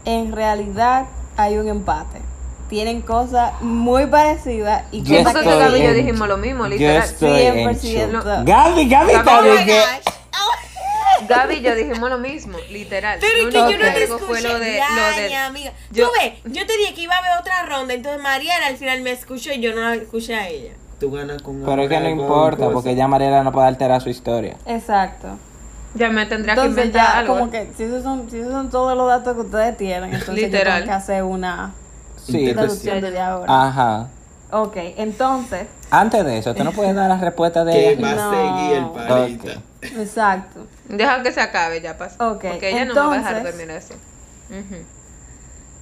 S8: en realidad hay un empate. Tienen cosas muy parecidas y
S7: Yo
S4: Porque
S8: cosas
S7: estoy
S4: Gaby y yo
S7: en-
S4: dijimos lo mismo,
S7: Yo
S4: literal.
S7: estoy en
S8: 100%.
S7: shock. Gaby, Gaby está
S5: Oh
S7: de
S5: my
S7: que...
S5: gosh.
S4: Gaby y yo dijimos lo mismo, literal.
S5: Pero es que
S4: Lo
S5: yo no te
S4: único que
S5: escuché.
S4: fue lo de,
S5: Ya,
S4: lo de-
S5: ya, amiga.
S4: Yo-
S5: Tú ves, yo te dije que iba a haber otra ronda, entonces Mariana al final me escuchó y yo no la escuché a ella.
S6: Tú ganas con
S7: Pero es que no
S6: con
S7: importa,
S6: cosas.
S7: porque ya Mariela no puede alterar su historia.
S8: Exacto.
S4: Ya me tendría que
S8: Entonces
S4: inventar
S8: ya,
S4: algo.
S8: como que si esos, son, si esos son todos los datos que ustedes tienen, entonces yo
S4: Literal.
S8: tengo que hacer una
S7: Sí. pues,
S6: Entonces-
S8: deducción desde ahora.
S7: Ajá.
S8: Ok, entonces,
S7: Antes de eso, tú no puedes dar la respuesta de
S6: Que va
S7: ella.
S8: No.
S6: a seguir el parita.
S7: Ok.
S8: exacto.
S4: Deja que se acabe ya, pasa.
S8: Ok,
S4: Porque ella no me va a dejar
S8: entonces-
S4: dormir así. Ujú.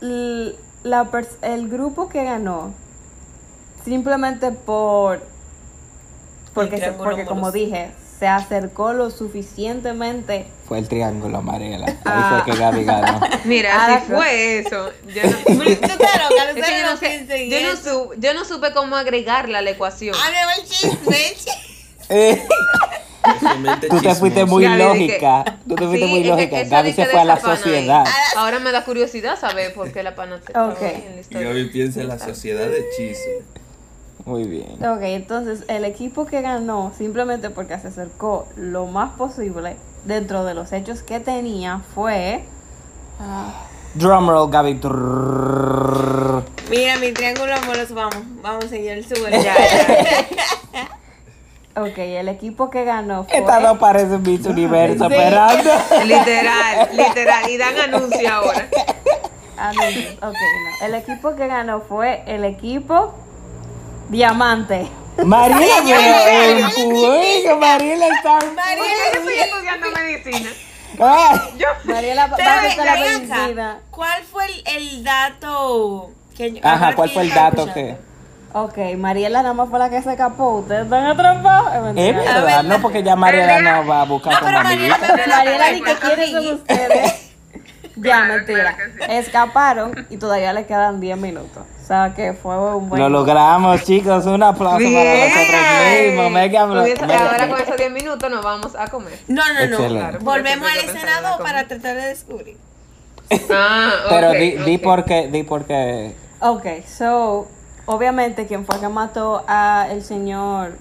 S8: l- la pers- el grupo que ganó simplemente por porque,
S5: El
S8: se-
S5: triángulo
S8: porque como
S5: amoroso.
S8: dije se acercó lo suficientemente
S7: Fue el triángulo, Mariela.
S4: Ah.
S7: Ahí fue que Gaby ganó.
S4: Mira,
S8: Ah,
S4: así
S8: no.
S4: fue eso. Yo
S5: Tú
S4: no,
S5: estás loca,
S4: es que
S5: Lucero
S4: yo no
S5: no
S4: sé-
S5: piensa en
S4: yo no
S5: eso.
S4: su- yo no supe cómo agregarla a la ecuación.
S5: Ah, me va el chisme.
S7: Eh,
S6: Solamente
S7: tú te
S6: chismoso.
S7: fuiste muy
S4: Gaby, dije-
S7: lógica. Tú te fuiste
S4: Sí,
S7: muy
S4: es que
S7: lógica.
S4: eso
S7: Gaby
S4: dije
S7: se
S4: de
S7: fue a la
S4: esa pana ahí.
S7: sociedad.
S4: Ahora me da curiosidad saber por qué la pana se
S8: Ok.
S4: fue en este la
S6: Y
S4: historia.
S6: Gaby piensa en la sociedad de chisme.
S7: Muy bien.
S8: ok entonces el equipo que ganó simplemente porque se acercó lo más posible dentro de los hechos que tenía fue
S7: Drumroll, Gaby. Trrrr.
S5: Mira, mi triángulo amoroso, vamos, vamos, señor, sube.
S8: ok el equipo que ganó fue
S7: Estas dos parecen Miss Universo, pero
S4: Literal, literal. Y dan anuncio ahora.
S8: Ah, no, no, ok, no. el equipo que ganó fue el equipo diamante
S7: Mariela, pero empuja, Mariela está.
S4: Porque yo estoy estudiando medicina.
S7: Ay,
S3: Mariela va
S5: Pero
S3: a estar la
S5: ven acá,
S3: vencida.
S5: ¿Cuál fue el, el dato? Que yo-
S7: Ajá,
S5: ahora
S7: ¿cuál
S5: sí
S7: fue el
S5: está
S7: dato que?
S5: escuchando.
S3: Ok, Mariela nada más fue la que se escapó. Ustedes están atrapados. Es
S7: Es
S3: mentira.
S7: verdad, Eh, ah, no, porque ya Mariela no va a buscar
S5: No,
S7: con
S5: pero Mariela,
S7: amiguita.
S5: pero
S3: Mariela ni que
S5: Mariela,
S3: quieren son
S5: amiguita.
S3: ustedes. ya,
S4: Claro,
S3: mentira.
S4: claro
S3: Escaparon y todavía le quedan 10 minutos. O sea que fue un buen.
S7: Lo logramos, chicos. Un aplauso para nosotros mismos. Mega apla-
S4: Hubiese-
S7: mega-
S4: Ahora con esos 10 minutos nos vamos a comer.
S5: No, no, no.
S7: Excelente.
S5: Volvemos al
S4: Yo pensaba
S5: escenario
S4: como-
S5: para tratar de descubrir.
S4: Ah,
S7: Pero
S4: ok,
S7: di, di
S4: ok.
S7: por qué, di por qué.
S3: Ok, so, obviamente, quien fue que mató a el señor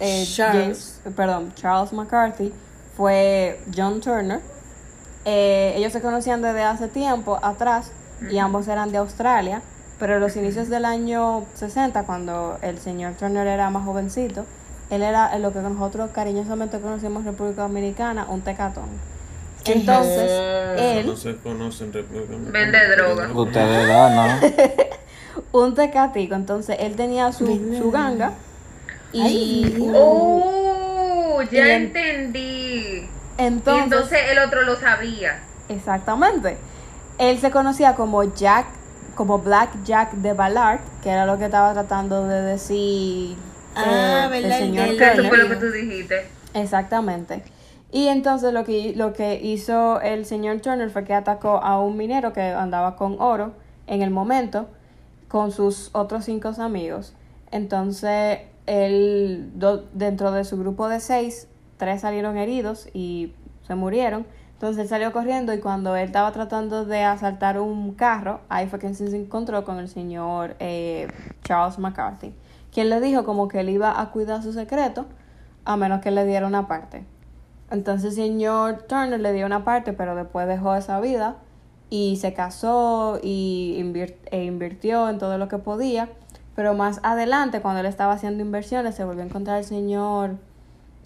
S3: eh,
S5: Charles.
S3: James- perdón, Charles McCarthy fue John Turner. Eh, ellos se conocían desde hace tiempo atrás y ambos eran de Australia, pero en los inicios del año 60, cuando el señor Turner era más jovencito, él era lo que nosotros cariñosamente conocemos en República Dominicana, un tecatón. Entonces, él...
S6: No se conocen República Dominicana.
S4: Vende droga.
S7: Ustedes dos, ¿no?
S3: un tecatico, entonces él tenía su, su ganga y
S4: Oh, Uh, ya
S3: Y en-
S4: entendí.
S3: entonces,
S4: entonces el otro lo sabía.
S3: exactamente él se conocía como Jack como Black Jack de Ballard que era lo que estaba tratando de decir
S5: Ah,
S3: eh, el
S5: ¿verdad? El
S3: señor
S5: del-
S4: Que eso
S3: Turner.
S4: fue lo que tú dijiste.
S3: Exactamente. Y entonces lo que, lo que hizo el señor Turner fue que atacó a un minero que andaba con oro en el momento con sus otros cinco amigos. Entonces, él, do- dentro de su grupo de seis, tres salieron heridos y se murieron. Entonces él salió corriendo y cuando él estaba tratando de asaltar un carro, ahí fue que se encontró con el señor eh, Charles McCarthy, quien le dijo como que él iba a cuidar su secreto a menos que le diera una parte. Entonces el señor Turner le dio una parte, pero después dejó esa vida y se casó y invir- e invirtió en todo lo que podía. Pero más adelante, cuando él estaba haciendo inversiones, se volvió a encontrar el señor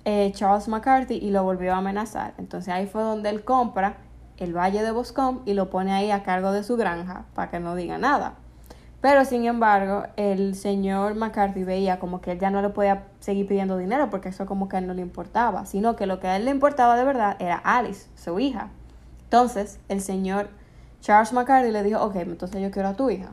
S3: eh, Charles McCarthy y lo volvió a amenazar. Entonces ahí fue donde él compra el Valle de Boscombe y lo pone ahí a cargo de su granja para que no diga nada. Pero sin embargo, el señor McCarthy veía como que él ya no le podía seguir pidiendo dinero porque eso como que a él no le importaba, sino que lo que a él le importaba de verdad era Alice, su hija. Entonces, el señor Charles McCarthy le dijo, ok, entonces yo quiero a tu hija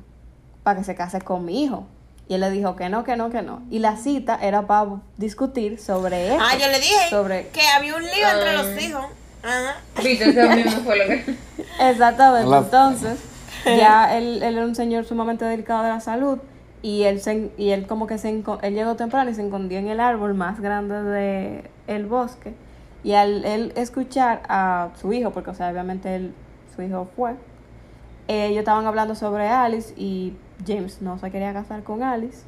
S3: para que se case con mi hijo. Y él le dijo que no, que no, que no. Y la cita era para discutir sobre eso.
S5: Ah, yo le dije
S3: Sobre-
S5: que había un lío entre los hijos. Ajá.
S4: Viste, eso mismo fue lo que.
S3: Exactamente.
S7: La-
S3: Entonces, ya él, él era un señor sumamente delicado de la salud y él se, en- y él como que se enco- él llegó temprano y se escondió en el árbol más grande de el bosque y al él escuchar a su hijo, porque o sea, obviamente él, su hijo fue, eh, ellos estaban hablando sobre Alice y James no se quería casar con Alice.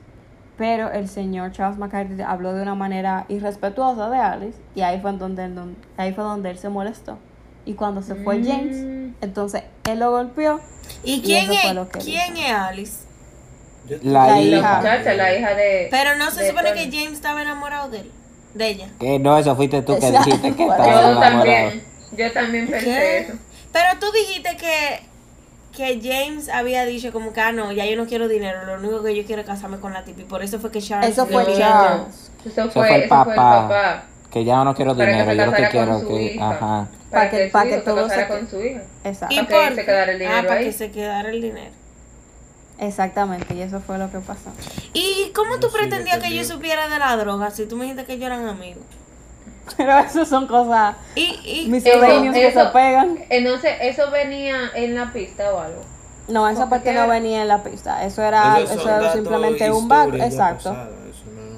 S3: Pero el señor Charles McCarthy habló de una manera irrespetuosa de Alice y ahí fue en donde él, don- ahí fue donde él se molestó. Y cuando se fue James, entonces él lo golpeó.
S5: ¿Y
S3: Y
S5: quién,
S3: eso fue
S5: es,
S3: lo que
S5: quién es Alice?
S7: La,
S3: La
S4: Y
S7: hija.
S4: la muchacha, la hija de.
S5: Pero no se
S4: de
S5: supone que
S4: Tony.
S5: James estaba enamorado de él. De ella.
S7: Que no, eso fuiste tú que
S3: Exacto.
S7: dijiste que
S3: Yo
S7: estaba
S4: Yo
S7: enamorado.
S4: también. Yo también pensé eso.
S5: Pero tú dijiste que, que James había dicho como que, ah, no, ya yo no quiero dinero, lo único que yo quiero es casarme con la tipa. Y por eso fue que Charles...
S3: Eso fue
S5: le-
S3: Charles.
S4: Eso
S7: fue el
S4: fue, eso fue el
S7: papá.
S4: papá.
S7: Que ya no quiero
S4: Para que
S7: dinero,
S4: se
S7: yo lo que
S4: casara
S7: quiero
S4: con su
S7: que.
S4: hija.
S7: Ajá.
S3: Para que- para que
S4: su hijo
S3: todo
S4: se casara
S3: se-
S4: con su hija.
S3: Exacto.
S5: ¿Y
S4: Ok,
S5: por
S4: se
S5: qué?
S4: quedara el
S5: Ah,
S4: dinero
S5: para
S4: ahí.
S5: que se quedara el dinero.
S3: Exactamente, y eso fue lo que pasó.
S5: ¿Y cómo tú pretendías que yo supiera de la droga si tú me dijiste que ellos eran amigos?
S3: Pero eso son cosas
S5: Y, y
S3: misceláneas que se
S4: eso-
S3: pegan.
S4: Entonces, ¿eso venía en la pista o algo?
S3: No, esa parte no
S4: Porque-
S3: venía en la pista. Eso era, eso era simplemente un back.
S6: pues,
S3: Exacto.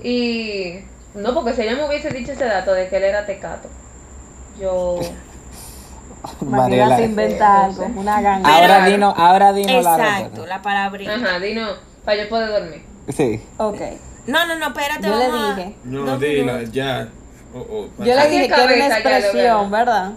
S4: Y. No, porque si ella me hubiese dicho ese dato de que él era tecato. Yo.
S3: Mariela se
S7: Mariela. eh,
S3: inventa
S4: Sí,
S3: algo, una ganga.
S7: Ahora dino, ahora dino la
S5: Exacto,
S7: receta.
S5: la palabrita.
S4: Ajá, Dino, para yo poder dormir.
S7: Sí.
S3: Ok.
S5: No, no, no, espérate,
S3: Yo le
S5: vamos a-
S3: dije.
S6: No,
S5: Dos
S6: dila,
S5: minutos.
S6: ya. Oh, oh,
S3: Yo le
S4: Así
S3: dije
S4: de
S3: que era una
S4: cabeza ya lo
S3: expresión,
S4: veo.
S3: ¿verdad?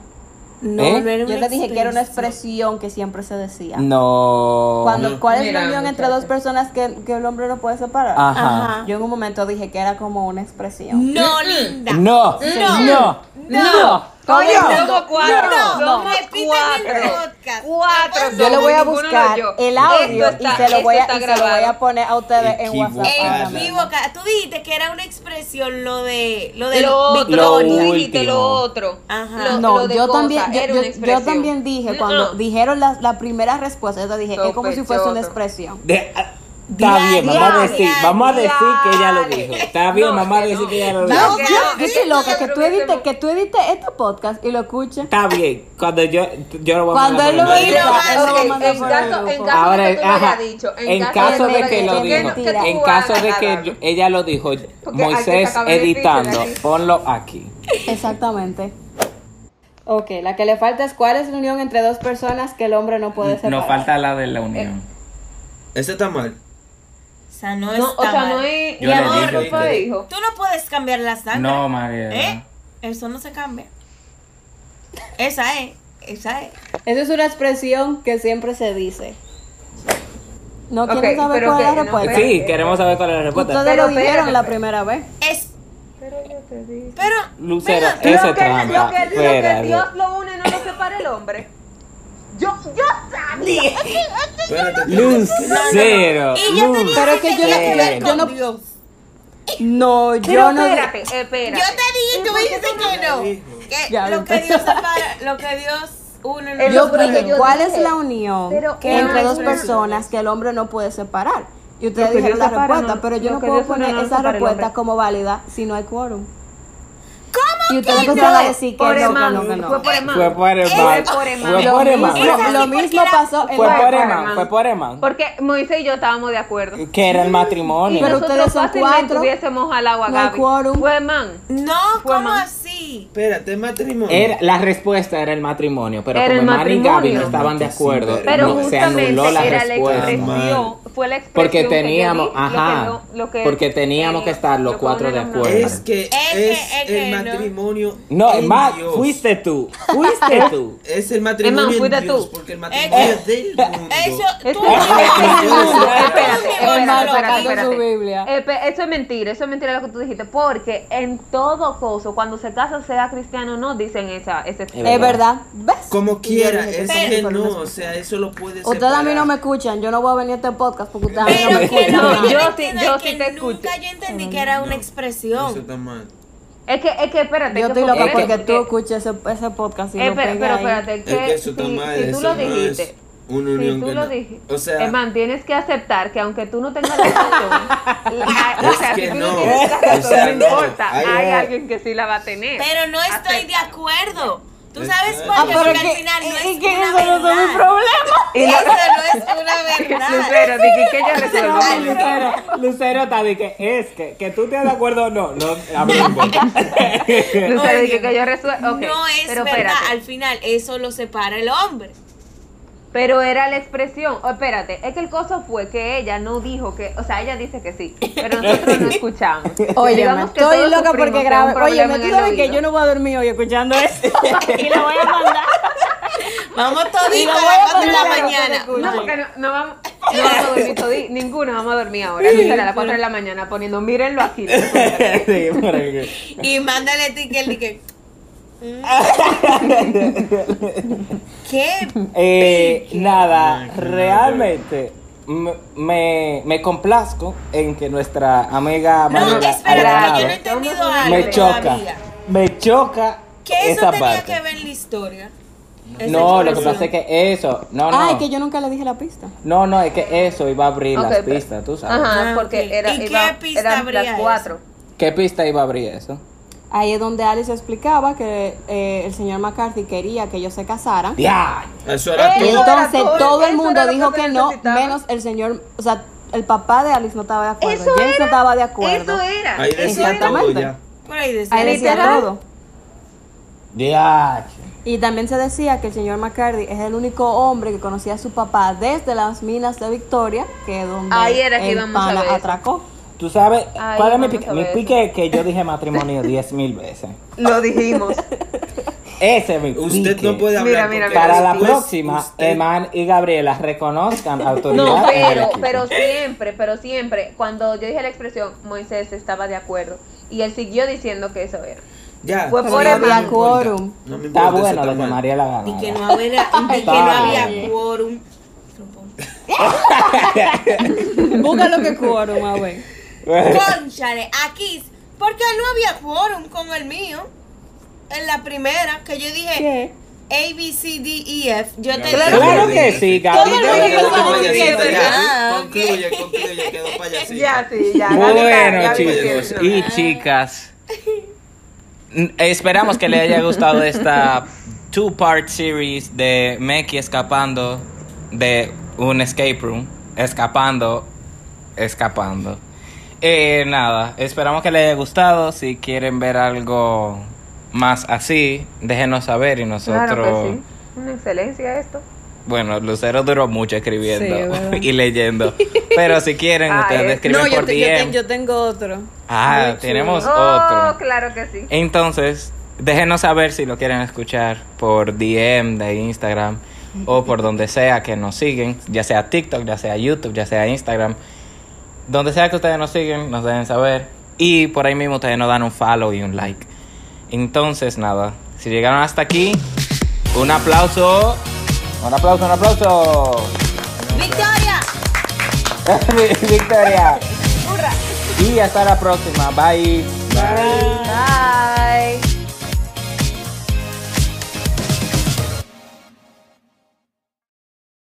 S5: No,
S7: ¿Eh?
S5: no
S3: Yo
S5: era una
S3: le dije que era una
S5: expresión.
S3: expresión que siempre se decía.
S7: No.
S3: Cuando, ¿Cuál es
S4: Mira,
S3: la unión entre
S4: muchacha.
S3: dos personas que, que el hombre no puede separar?
S7: Ah. Ajá.
S5: Ajá.
S3: Yo en un momento dije que era como una expresión.
S5: No, linda.
S7: No. No. No.
S5: Oye,
S4: somos
S5: no,
S4: cuatro,
S5: no,
S4: somos
S5: repíteme el
S4: cuatro.
S5: podcast.
S4: Cuatro
S3: Yo le
S4: somos,
S3: voy a
S4: ninguno lo
S3: buscar
S4: oyó.
S3: el audio
S4: Esto está-
S3: y, se lo,
S4: esto
S3: voy a,
S4: está
S3: y se lo voy a
S4: grabado.
S3: poner a ustedes en WhatsApp.
S6: Equivocada.
S3: ahora mismo.
S5: Equívoca. Tú dijiste que era una expresión lo de lo de
S4: lo otro, tú
S7: Lo
S5: Victoria.
S4: dijiste
S7: último.
S4: lo otro.
S5: Ajá.
S4: Lo-
S3: No,
S4: lo de
S3: yo
S4: cosa,
S3: también, yo,
S4: era
S3: yo-
S4: una
S3: yo
S4: expresión.
S3: también dije, cuando
S4: No.
S3: dijeron las la primeras respuestas, yo dije que es como si fuese una
S4: Sospechoso.
S3: expresión.
S7: De- ah, está
S5: Diario,
S7: bien, vamos a decir,
S5: diario.
S7: vamos a decir que ella lo dijo. Está bien,
S4: No,
S7: vamos a
S4: que
S7: decir
S4: no.
S7: que ella lo dijo.
S3: Yo, yo,
S4: que no,
S3: yo
S4: que
S3: estoy loca
S4: no,
S3: que
S4: pero
S3: tú
S4: que
S3: edites,
S4: hacemos-
S3: que tú edites este podcast y lo escuches.
S7: Está bien, cuando yo, yo lo voy a
S3: Cuando
S7: mandar
S3: él lo
S7: por el
S3: vea,
S7: grupo.
S3: lo va-
S4: Ok,
S3: lo va a mandar
S4: en
S3: por el
S4: caso- en
S3: grupo.
S4: caso-
S7: Ahora,
S4: que tú lo hayas
S7: ajá,
S4: dicho, en
S7: en
S4: caso
S7: caso
S3: de
S7: de
S3: que
S7: que
S3: lo
S7: lo
S3: diga,
S7: dijo,
S3: que tú
S7: en
S4: hagas
S7: caso de que
S4: nada.
S7: yo- ella lo dijo,
S4: Porque hay que
S7: Moisés
S4: sacar beneficio de
S7: editando,
S4: aquí.
S7: ponlo aquí.
S3: Exactamente. Ok, la que le falta es cuál es la unión entre dos personas que el hombre no puede separar.
S7: Nos falta la de la unión.
S4: Eh,
S6: Ese está mal.
S5: O sea, no,
S4: No,
S5: está
S4: o sea, no
S5: mal.
S4: es.
S7: Yo
S4: y
S7: le
S4: ahora
S7: dije,
S4: el grupo
S6: yo le-
S4: dijo.
S5: Tú no puedes cambiar la sangre.
S7: No, María.
S5: ¿Eh? Eso no se cambia. Esa es. Esa es.
S3: Esa es una expresión que siempre se dice. No
S4: Ok,
S3: quieren saber
S4: pero
S3: cuál es la
S4: que no,
S3: respuesta.
S7: Sí, queremos saber cuál es la respuesta.
S3: Ustedes
S4: Pero
S3: lo dijeron
S4: espérate,
S3: la
S4: espérate.
S3: primera vez.
S5: Es.
S4: Pero yo te dije.
S5: Pero.
S7: Lucero,
S5: venga,
S7: ese
S4: lo que,
S7: trampa.
S4: lo que- lo que
S7: Espera,
S4: Dios lo une no lo separa el hombre. Yo, yo sabía.
S6: Espérate.
S7: Lucero.
S5: Y yo te dije
S3: Pero es que
S5: que
S3: yo
S5: tenía
S3: no-
S5: que ver
S3: yo
S5: con
S3: no-
S5: Dios.
S3: No,
S4: Pero
S3: yo no.
S4: espérate, espérate.
S5: Yo te dije, tú me dijiste que no. Que
S3: Ya,
S5: lo que
S3: entonces-
S5: Dios separa, lo que Dios une. no
S4: Es
S3: Yo
S4: lo que
S3: dije,
S4: yo
S3: ¿cuál
S4: dije.
S3: es la unión
S4: Pero
S3: que entre
S4: una
S3: dos
S4: expresión.
S3: personas que el hombre no puede separar? Y ustedes
S4: Lo que
S3: dijeron
S4: Dios
S3: la
S4: separa,
S3: respuesta,
S4: no-
S3: pero yo
S4: lo
S3: no
S4: que
S3: puedo
S4: Dios une,
S3: poner
S4: no lo
S3: esa
S4: separa el
S3: respuesta
S4: hombre.
S3: como válida si no hay quórum. ¿Cómo y ustedes empezaron a decir que
S4: Por
S3: no, que
S4: Emma,
S3: no, que no.
S4: Fue por Emma.
S7: Fue por el mal.
S4: por el
S7: Fue
S4: mal.
S7: por el
S3: Lo mismo-
S7: mal.
S5: Esa
S3: Lo
S5: sí,
S3: mismo
S5: porque la-
S3: pasó en
S7: Fue
S3: la-
S7: por
S4: Emma.
S7: Emán, fue por Emán.
S4: Porque Moisés y yo estábamos de acuerdo.
S7: Que era el
S4: Y
S7: matrimonio.
S3: Pero ustedes
S4: nosotros
S3: son
S4: fácilmente
S3: cuatro.
S4: hubiésemos jalado a
S3: No hay
S4: Gaby.
S3: quórum.
S4: Fue man.
S5: No,
S4: Fue
S5: ¿cómo
S4: más.
S5: así?
S6: Espérate, matrimonio.
S7: Era, la respuesta era el matrimonio, pero
S4: Era el
S7: como Mari y Gaby
S4: matrimonio.
S7: no estaban de acuerdo,
S4: Pero
S7: no, se
S4: justamente
S7: anuló la
S4: era la
S7: respuesta.
S4: expresión. Fue la expresión
S7: Porque
S4: que yo di,
S7: teníamos,
S4: lo que
S7: ajá,
S4: no- lo que-
S7: porque teníamos que estar los
S4: lo que
S7: cuatro
S4: uno
S7: de
S4: no-
S7: acuerdo.
S6: Es que es,
S5: que- es que
S6: el
S5: no.
S6: matrimonio.
S7: No,
S6: en
S7: más,
S6: Dios.
S7: fuiste tú, fuiste tú.
S6: Es el
S4: Emma,
S6: matrimonio
S4: fuiste
S6: en Dios,
S4: tú.
S6: porque el matrimonio
S5: Eh,
S6: es del mundo.
S5: Eso, tú
S4: Eso- ¿eh?
S5: Espérate,
S4: Espérate,
S3: Emma
S4: espérate, espérate,
S3: sacando su
S4: espérate.
S3: Biblia.
S4: Eh, pe- Eso es mentira, eso es mentira lo que tú dijiste. Porque en todo caso, cuando se casa, sea cristiano o no, dicen esa, ese
S7: Eh,
S3: Es verdad. ¿Ves?
S6: Como quiera,
S3: Y yo dije
S6: es
S3: sí,
S6: que
S3: por
S6: no,
S3: una-
S6: o sea, eso lo puede ser.
S3: Ustedes a mí no me escuchan, yo no voy a venir a este podcast porque ustedes a mí no me
S5: Pero que
S3: escuchan.
S5: no,
S4: No, yo
S5: yo,
S4: sí-
S5: entiendo
S4: yo
S5: que
S4: sí te
S5: Nunca
S4: escucho.
S5: yo entendí que era una expresión.
S6: Eso está mal.
S4: Es que, es que espérate.
S3: Yo
S4: que
S3: estoy
S4: fue
S3: loca
S4: por
S3: porque
S4: eso,
S3: tú escuches ese, ese podcast y
S4: Eh,
S3: lo
S4: pero,
S3: pegues
S4: pero
S3: ahí.
S4: espérate,
S6: Es que
S4: que
S6: eso
S4: si,
S6: está mal.
S4: si tú
S6: eso
S4: lo
S6: no es
S4: dijiste,
S6: una
S4: si
S6: unión
S4: tú
S6: que
S4: lo
S6: no-
S4: dijiste,
S6: O sea,
S4: Emma, tienes que aceptar que aunque tú no tengas la razón, la- o
S6: Es
S4: sea,
S6: que
S4: si tú
S6: no,
S4: no tienes la
S6: o
S4: razón,
S6: sea,
S4: no
S6: no,
S4: importa,
S6: hay-
S4: hay alguien que sí la va a tener.
S5: Pero no estoy de acuerdo. ¿Tú sabes por
S6: Exacto.
S5: qué?
S6: Ah,
S3: pero
S5: Porque
S3: que,
S5: al final no
S3: y
S5: es
S3: que
S5: una
S3: eso no es mi
S5: verdad.
S3: problema.
S4: Y
S5: Eso
S4: lo-
S5: no es una verdad.
S4: Lucero, dije que yo resuelvo.
S7: Ay, Lucero, Lucero está de que es que, que tú te de acuerdo o no, no, a mí no me importa.
S4: Lucero,
S5: Oye,
S4: dije que yo resuelvo. ok,
S5: No es
S4: pero
S5: verdad.
S4: espérate.
S5: Al final eso lo separa el hombre.
S4: Pero era la expresión. Oh, espérate, es que el coso fue que ella no dijo que. O sea, ella dice que sí, pero nosotros no escuchamos.
S3: Oye,
S4: Digamos que
S3: estoy
S4: todos
S3: loca porque
S4: sufrimos de un
S3: grabé. Oye,
S4: problema
S3: tú
S4: en el
S3: sabes que
S4: oído.
S3: yo no voy a dormir hoy escuchando esto. y lo voy a mandar.
S5: Vamos
S3: Y
S5: todito
S3: lo
S5: a
S3: voy a
S5: las 4 de la
S3: mandar a
S5: mañana.
S3: Google.
S4: No, porque no, no vamos, no vamos a dormir todi- ninguno vamos a dormir ahora. Eso será a las 4
S3: pues.
S4: de la mañana poniendo, mírenlo aquí.
S3: Ah,
S7: Sí, por ahí.
S5: Y mándale ticket de que. mm. ¿Qué?
S7: Eh, nada,
S6: Ay, Ah, qué
S7: realmente me, me- me complazco en que nuestra amiga
S5: No,
S7: Manuela haya
S5: espera, yo no he
S7: ganado.
S5: entendido algo.
S7: me choca,
S5: todavía.
S7: me choca
S5: ¿Qué eso
S7: esa
S5: tenía
S7: parte.
S5: que ver en la historia? Esa
S7: no, lo que
S5: expresión.
S7: pasa es que eso, no, no,
S3: Ay, que yo nunca le dije la pista.
S7: no, no, es que eso iba a abrir
S4: Ok,
S7: las
S4: pero-
S7: pistas, tú sabes.
S4: Ajá,
S5: Ah,
S4: porque
S5: ok.
S4: era,
S5: ¿Y qué
S4: iba-
S5: pista
S4: eran
S5: habría
S4: las 4.
S7: ¿Qué pista iba a abrir eso?
S3: Ahí es donde Alice explicaba que eh, el señor McCarthy quería que ellos se casaran.
S7: ¡Ya!
S6: Eso era
S3: Y
S6: tú.
S4: Eso era
S3: entonces
S4: todo,
S3: todo, el
S4: eso
S3: mundo
S4: era lo
S3: dijo
S4: que
S3: que
S4: se
S3: no,
S4: necesitaba.
S3: menos el señor, o sea, el papá de Alice no estaba de acuerdo,
S4: Eso
S3: James no
S4: era,
S3: estaba de acuerdo.
S4: Eso era.
S6: Ahí decía todo
S3: Exactamente.
S6: ya.
S5: Por ahí decía.
S3: Ahí decía
S4: Literal.
S3: todo.
S7: ¡Ya!
S3: Y también se decía que el señor McCarthy es el único hombre que conocía a su papá desde las minas de Victoria, que es donde
S4: Ahí era que
S3: el
S4: íbamos a
S3: pana
S4: ver eso.
S3: atracó.
S7: Tú sabes,
S4: Ay,
S7: ¿cuál es mi
S4: vamos
S7: pique?
S4: a
S7: Mi
S4: ver
S7: pique es que yo dije matrimonio diez mil veces.
S4: Lo dijimos.
S7: Ese es mi pique.
S6: Usted no puede
S4: Mira,
S6: hablar.
S4: mira,
S6: porque
S7: Para la
S6: después
S7: próxima,
S6: usted-
S7: Eman y Gabriela reconozcan autoridad.
S4: No,
S7: en el
S4: pero,
S7: equipo.
S4: pero siempre, pero siempre, cuando yo dije la expresión, Moisés estaba de acuerdo. Y él siguió diciendo que eso era.
S6: Ya.
S3: Fue
S6: sí,
S3: por
S6: no
S3: el
S6: me importa,
S3: quórum.
S6: No me
S7: Está
S6: importa, eso
S7: bueno lo de
S6: mal.
S7: María la
S5: Y que
S7: Ganada.
S5: no había, y que no había quórum.
S8: Busca lo que quórum, a ver.
S5: Cónchale, aquí, porque no había quórum con el mío. En la primera, que yo dije
S8: ¿Qué?
S5: A, B, C, D, E, F. Yo te
S7: Claro que sí,
S6: Yo
S7: Gaby.
S6: creo que quedó
S5: Todo el mundo
S6: payasita,
S5: pensaba
S6: ya.
S5: que-
S6: Concluye, concluye, quedó payasita.
S4: Ya, sí, ya.
S7: Bueno,
S6: Gaby,
S7: chicos
S6: Gaby.
S7: y chicas, n- esperamos que les haya gustado esta two-part series de Meki escapando de un escape room, escapando, escapando. Eh, nada, esperamos que les haya gustado. Si quieren ver algo más así, déjenos saber y nosotros.
S4: Claro que sí. Una excelencia esto.
S7: Bueno, Lucero duró mucho
S8: Sí,
S7: escribiendo
S8: ¿verdad?
S7: y leyendo. Pero si quieren,
S4: Ah,
S7: ustedes
S4: eh.
S7: escriben
S8: no, yo,
S7: por
S8: te- yo, te-
S7: DM.
S8: yo tengo otro.
S7: Ah, tenemos
S4: Oh,
S7: otro.
S4: claro que sí.
S7: Entonces, déjenos saber si lo quieren escuchar por DM de Instagram o por donde sea que nos siguen, ya sea TikTok, ya sea YouTube, ya sea Instagram. Donde sea que ustedes nos siguen, nos dejen saber. Y por ahí mismo ustedes nos dan un follow y un like. Entonces, nada, si llegaron hasta aquí, un aplauso. Un aplauso, un aplauso.
S5: ¡Victoria!
S7: Victoria. Y hasta la próxima. Bye.
S4: Bye.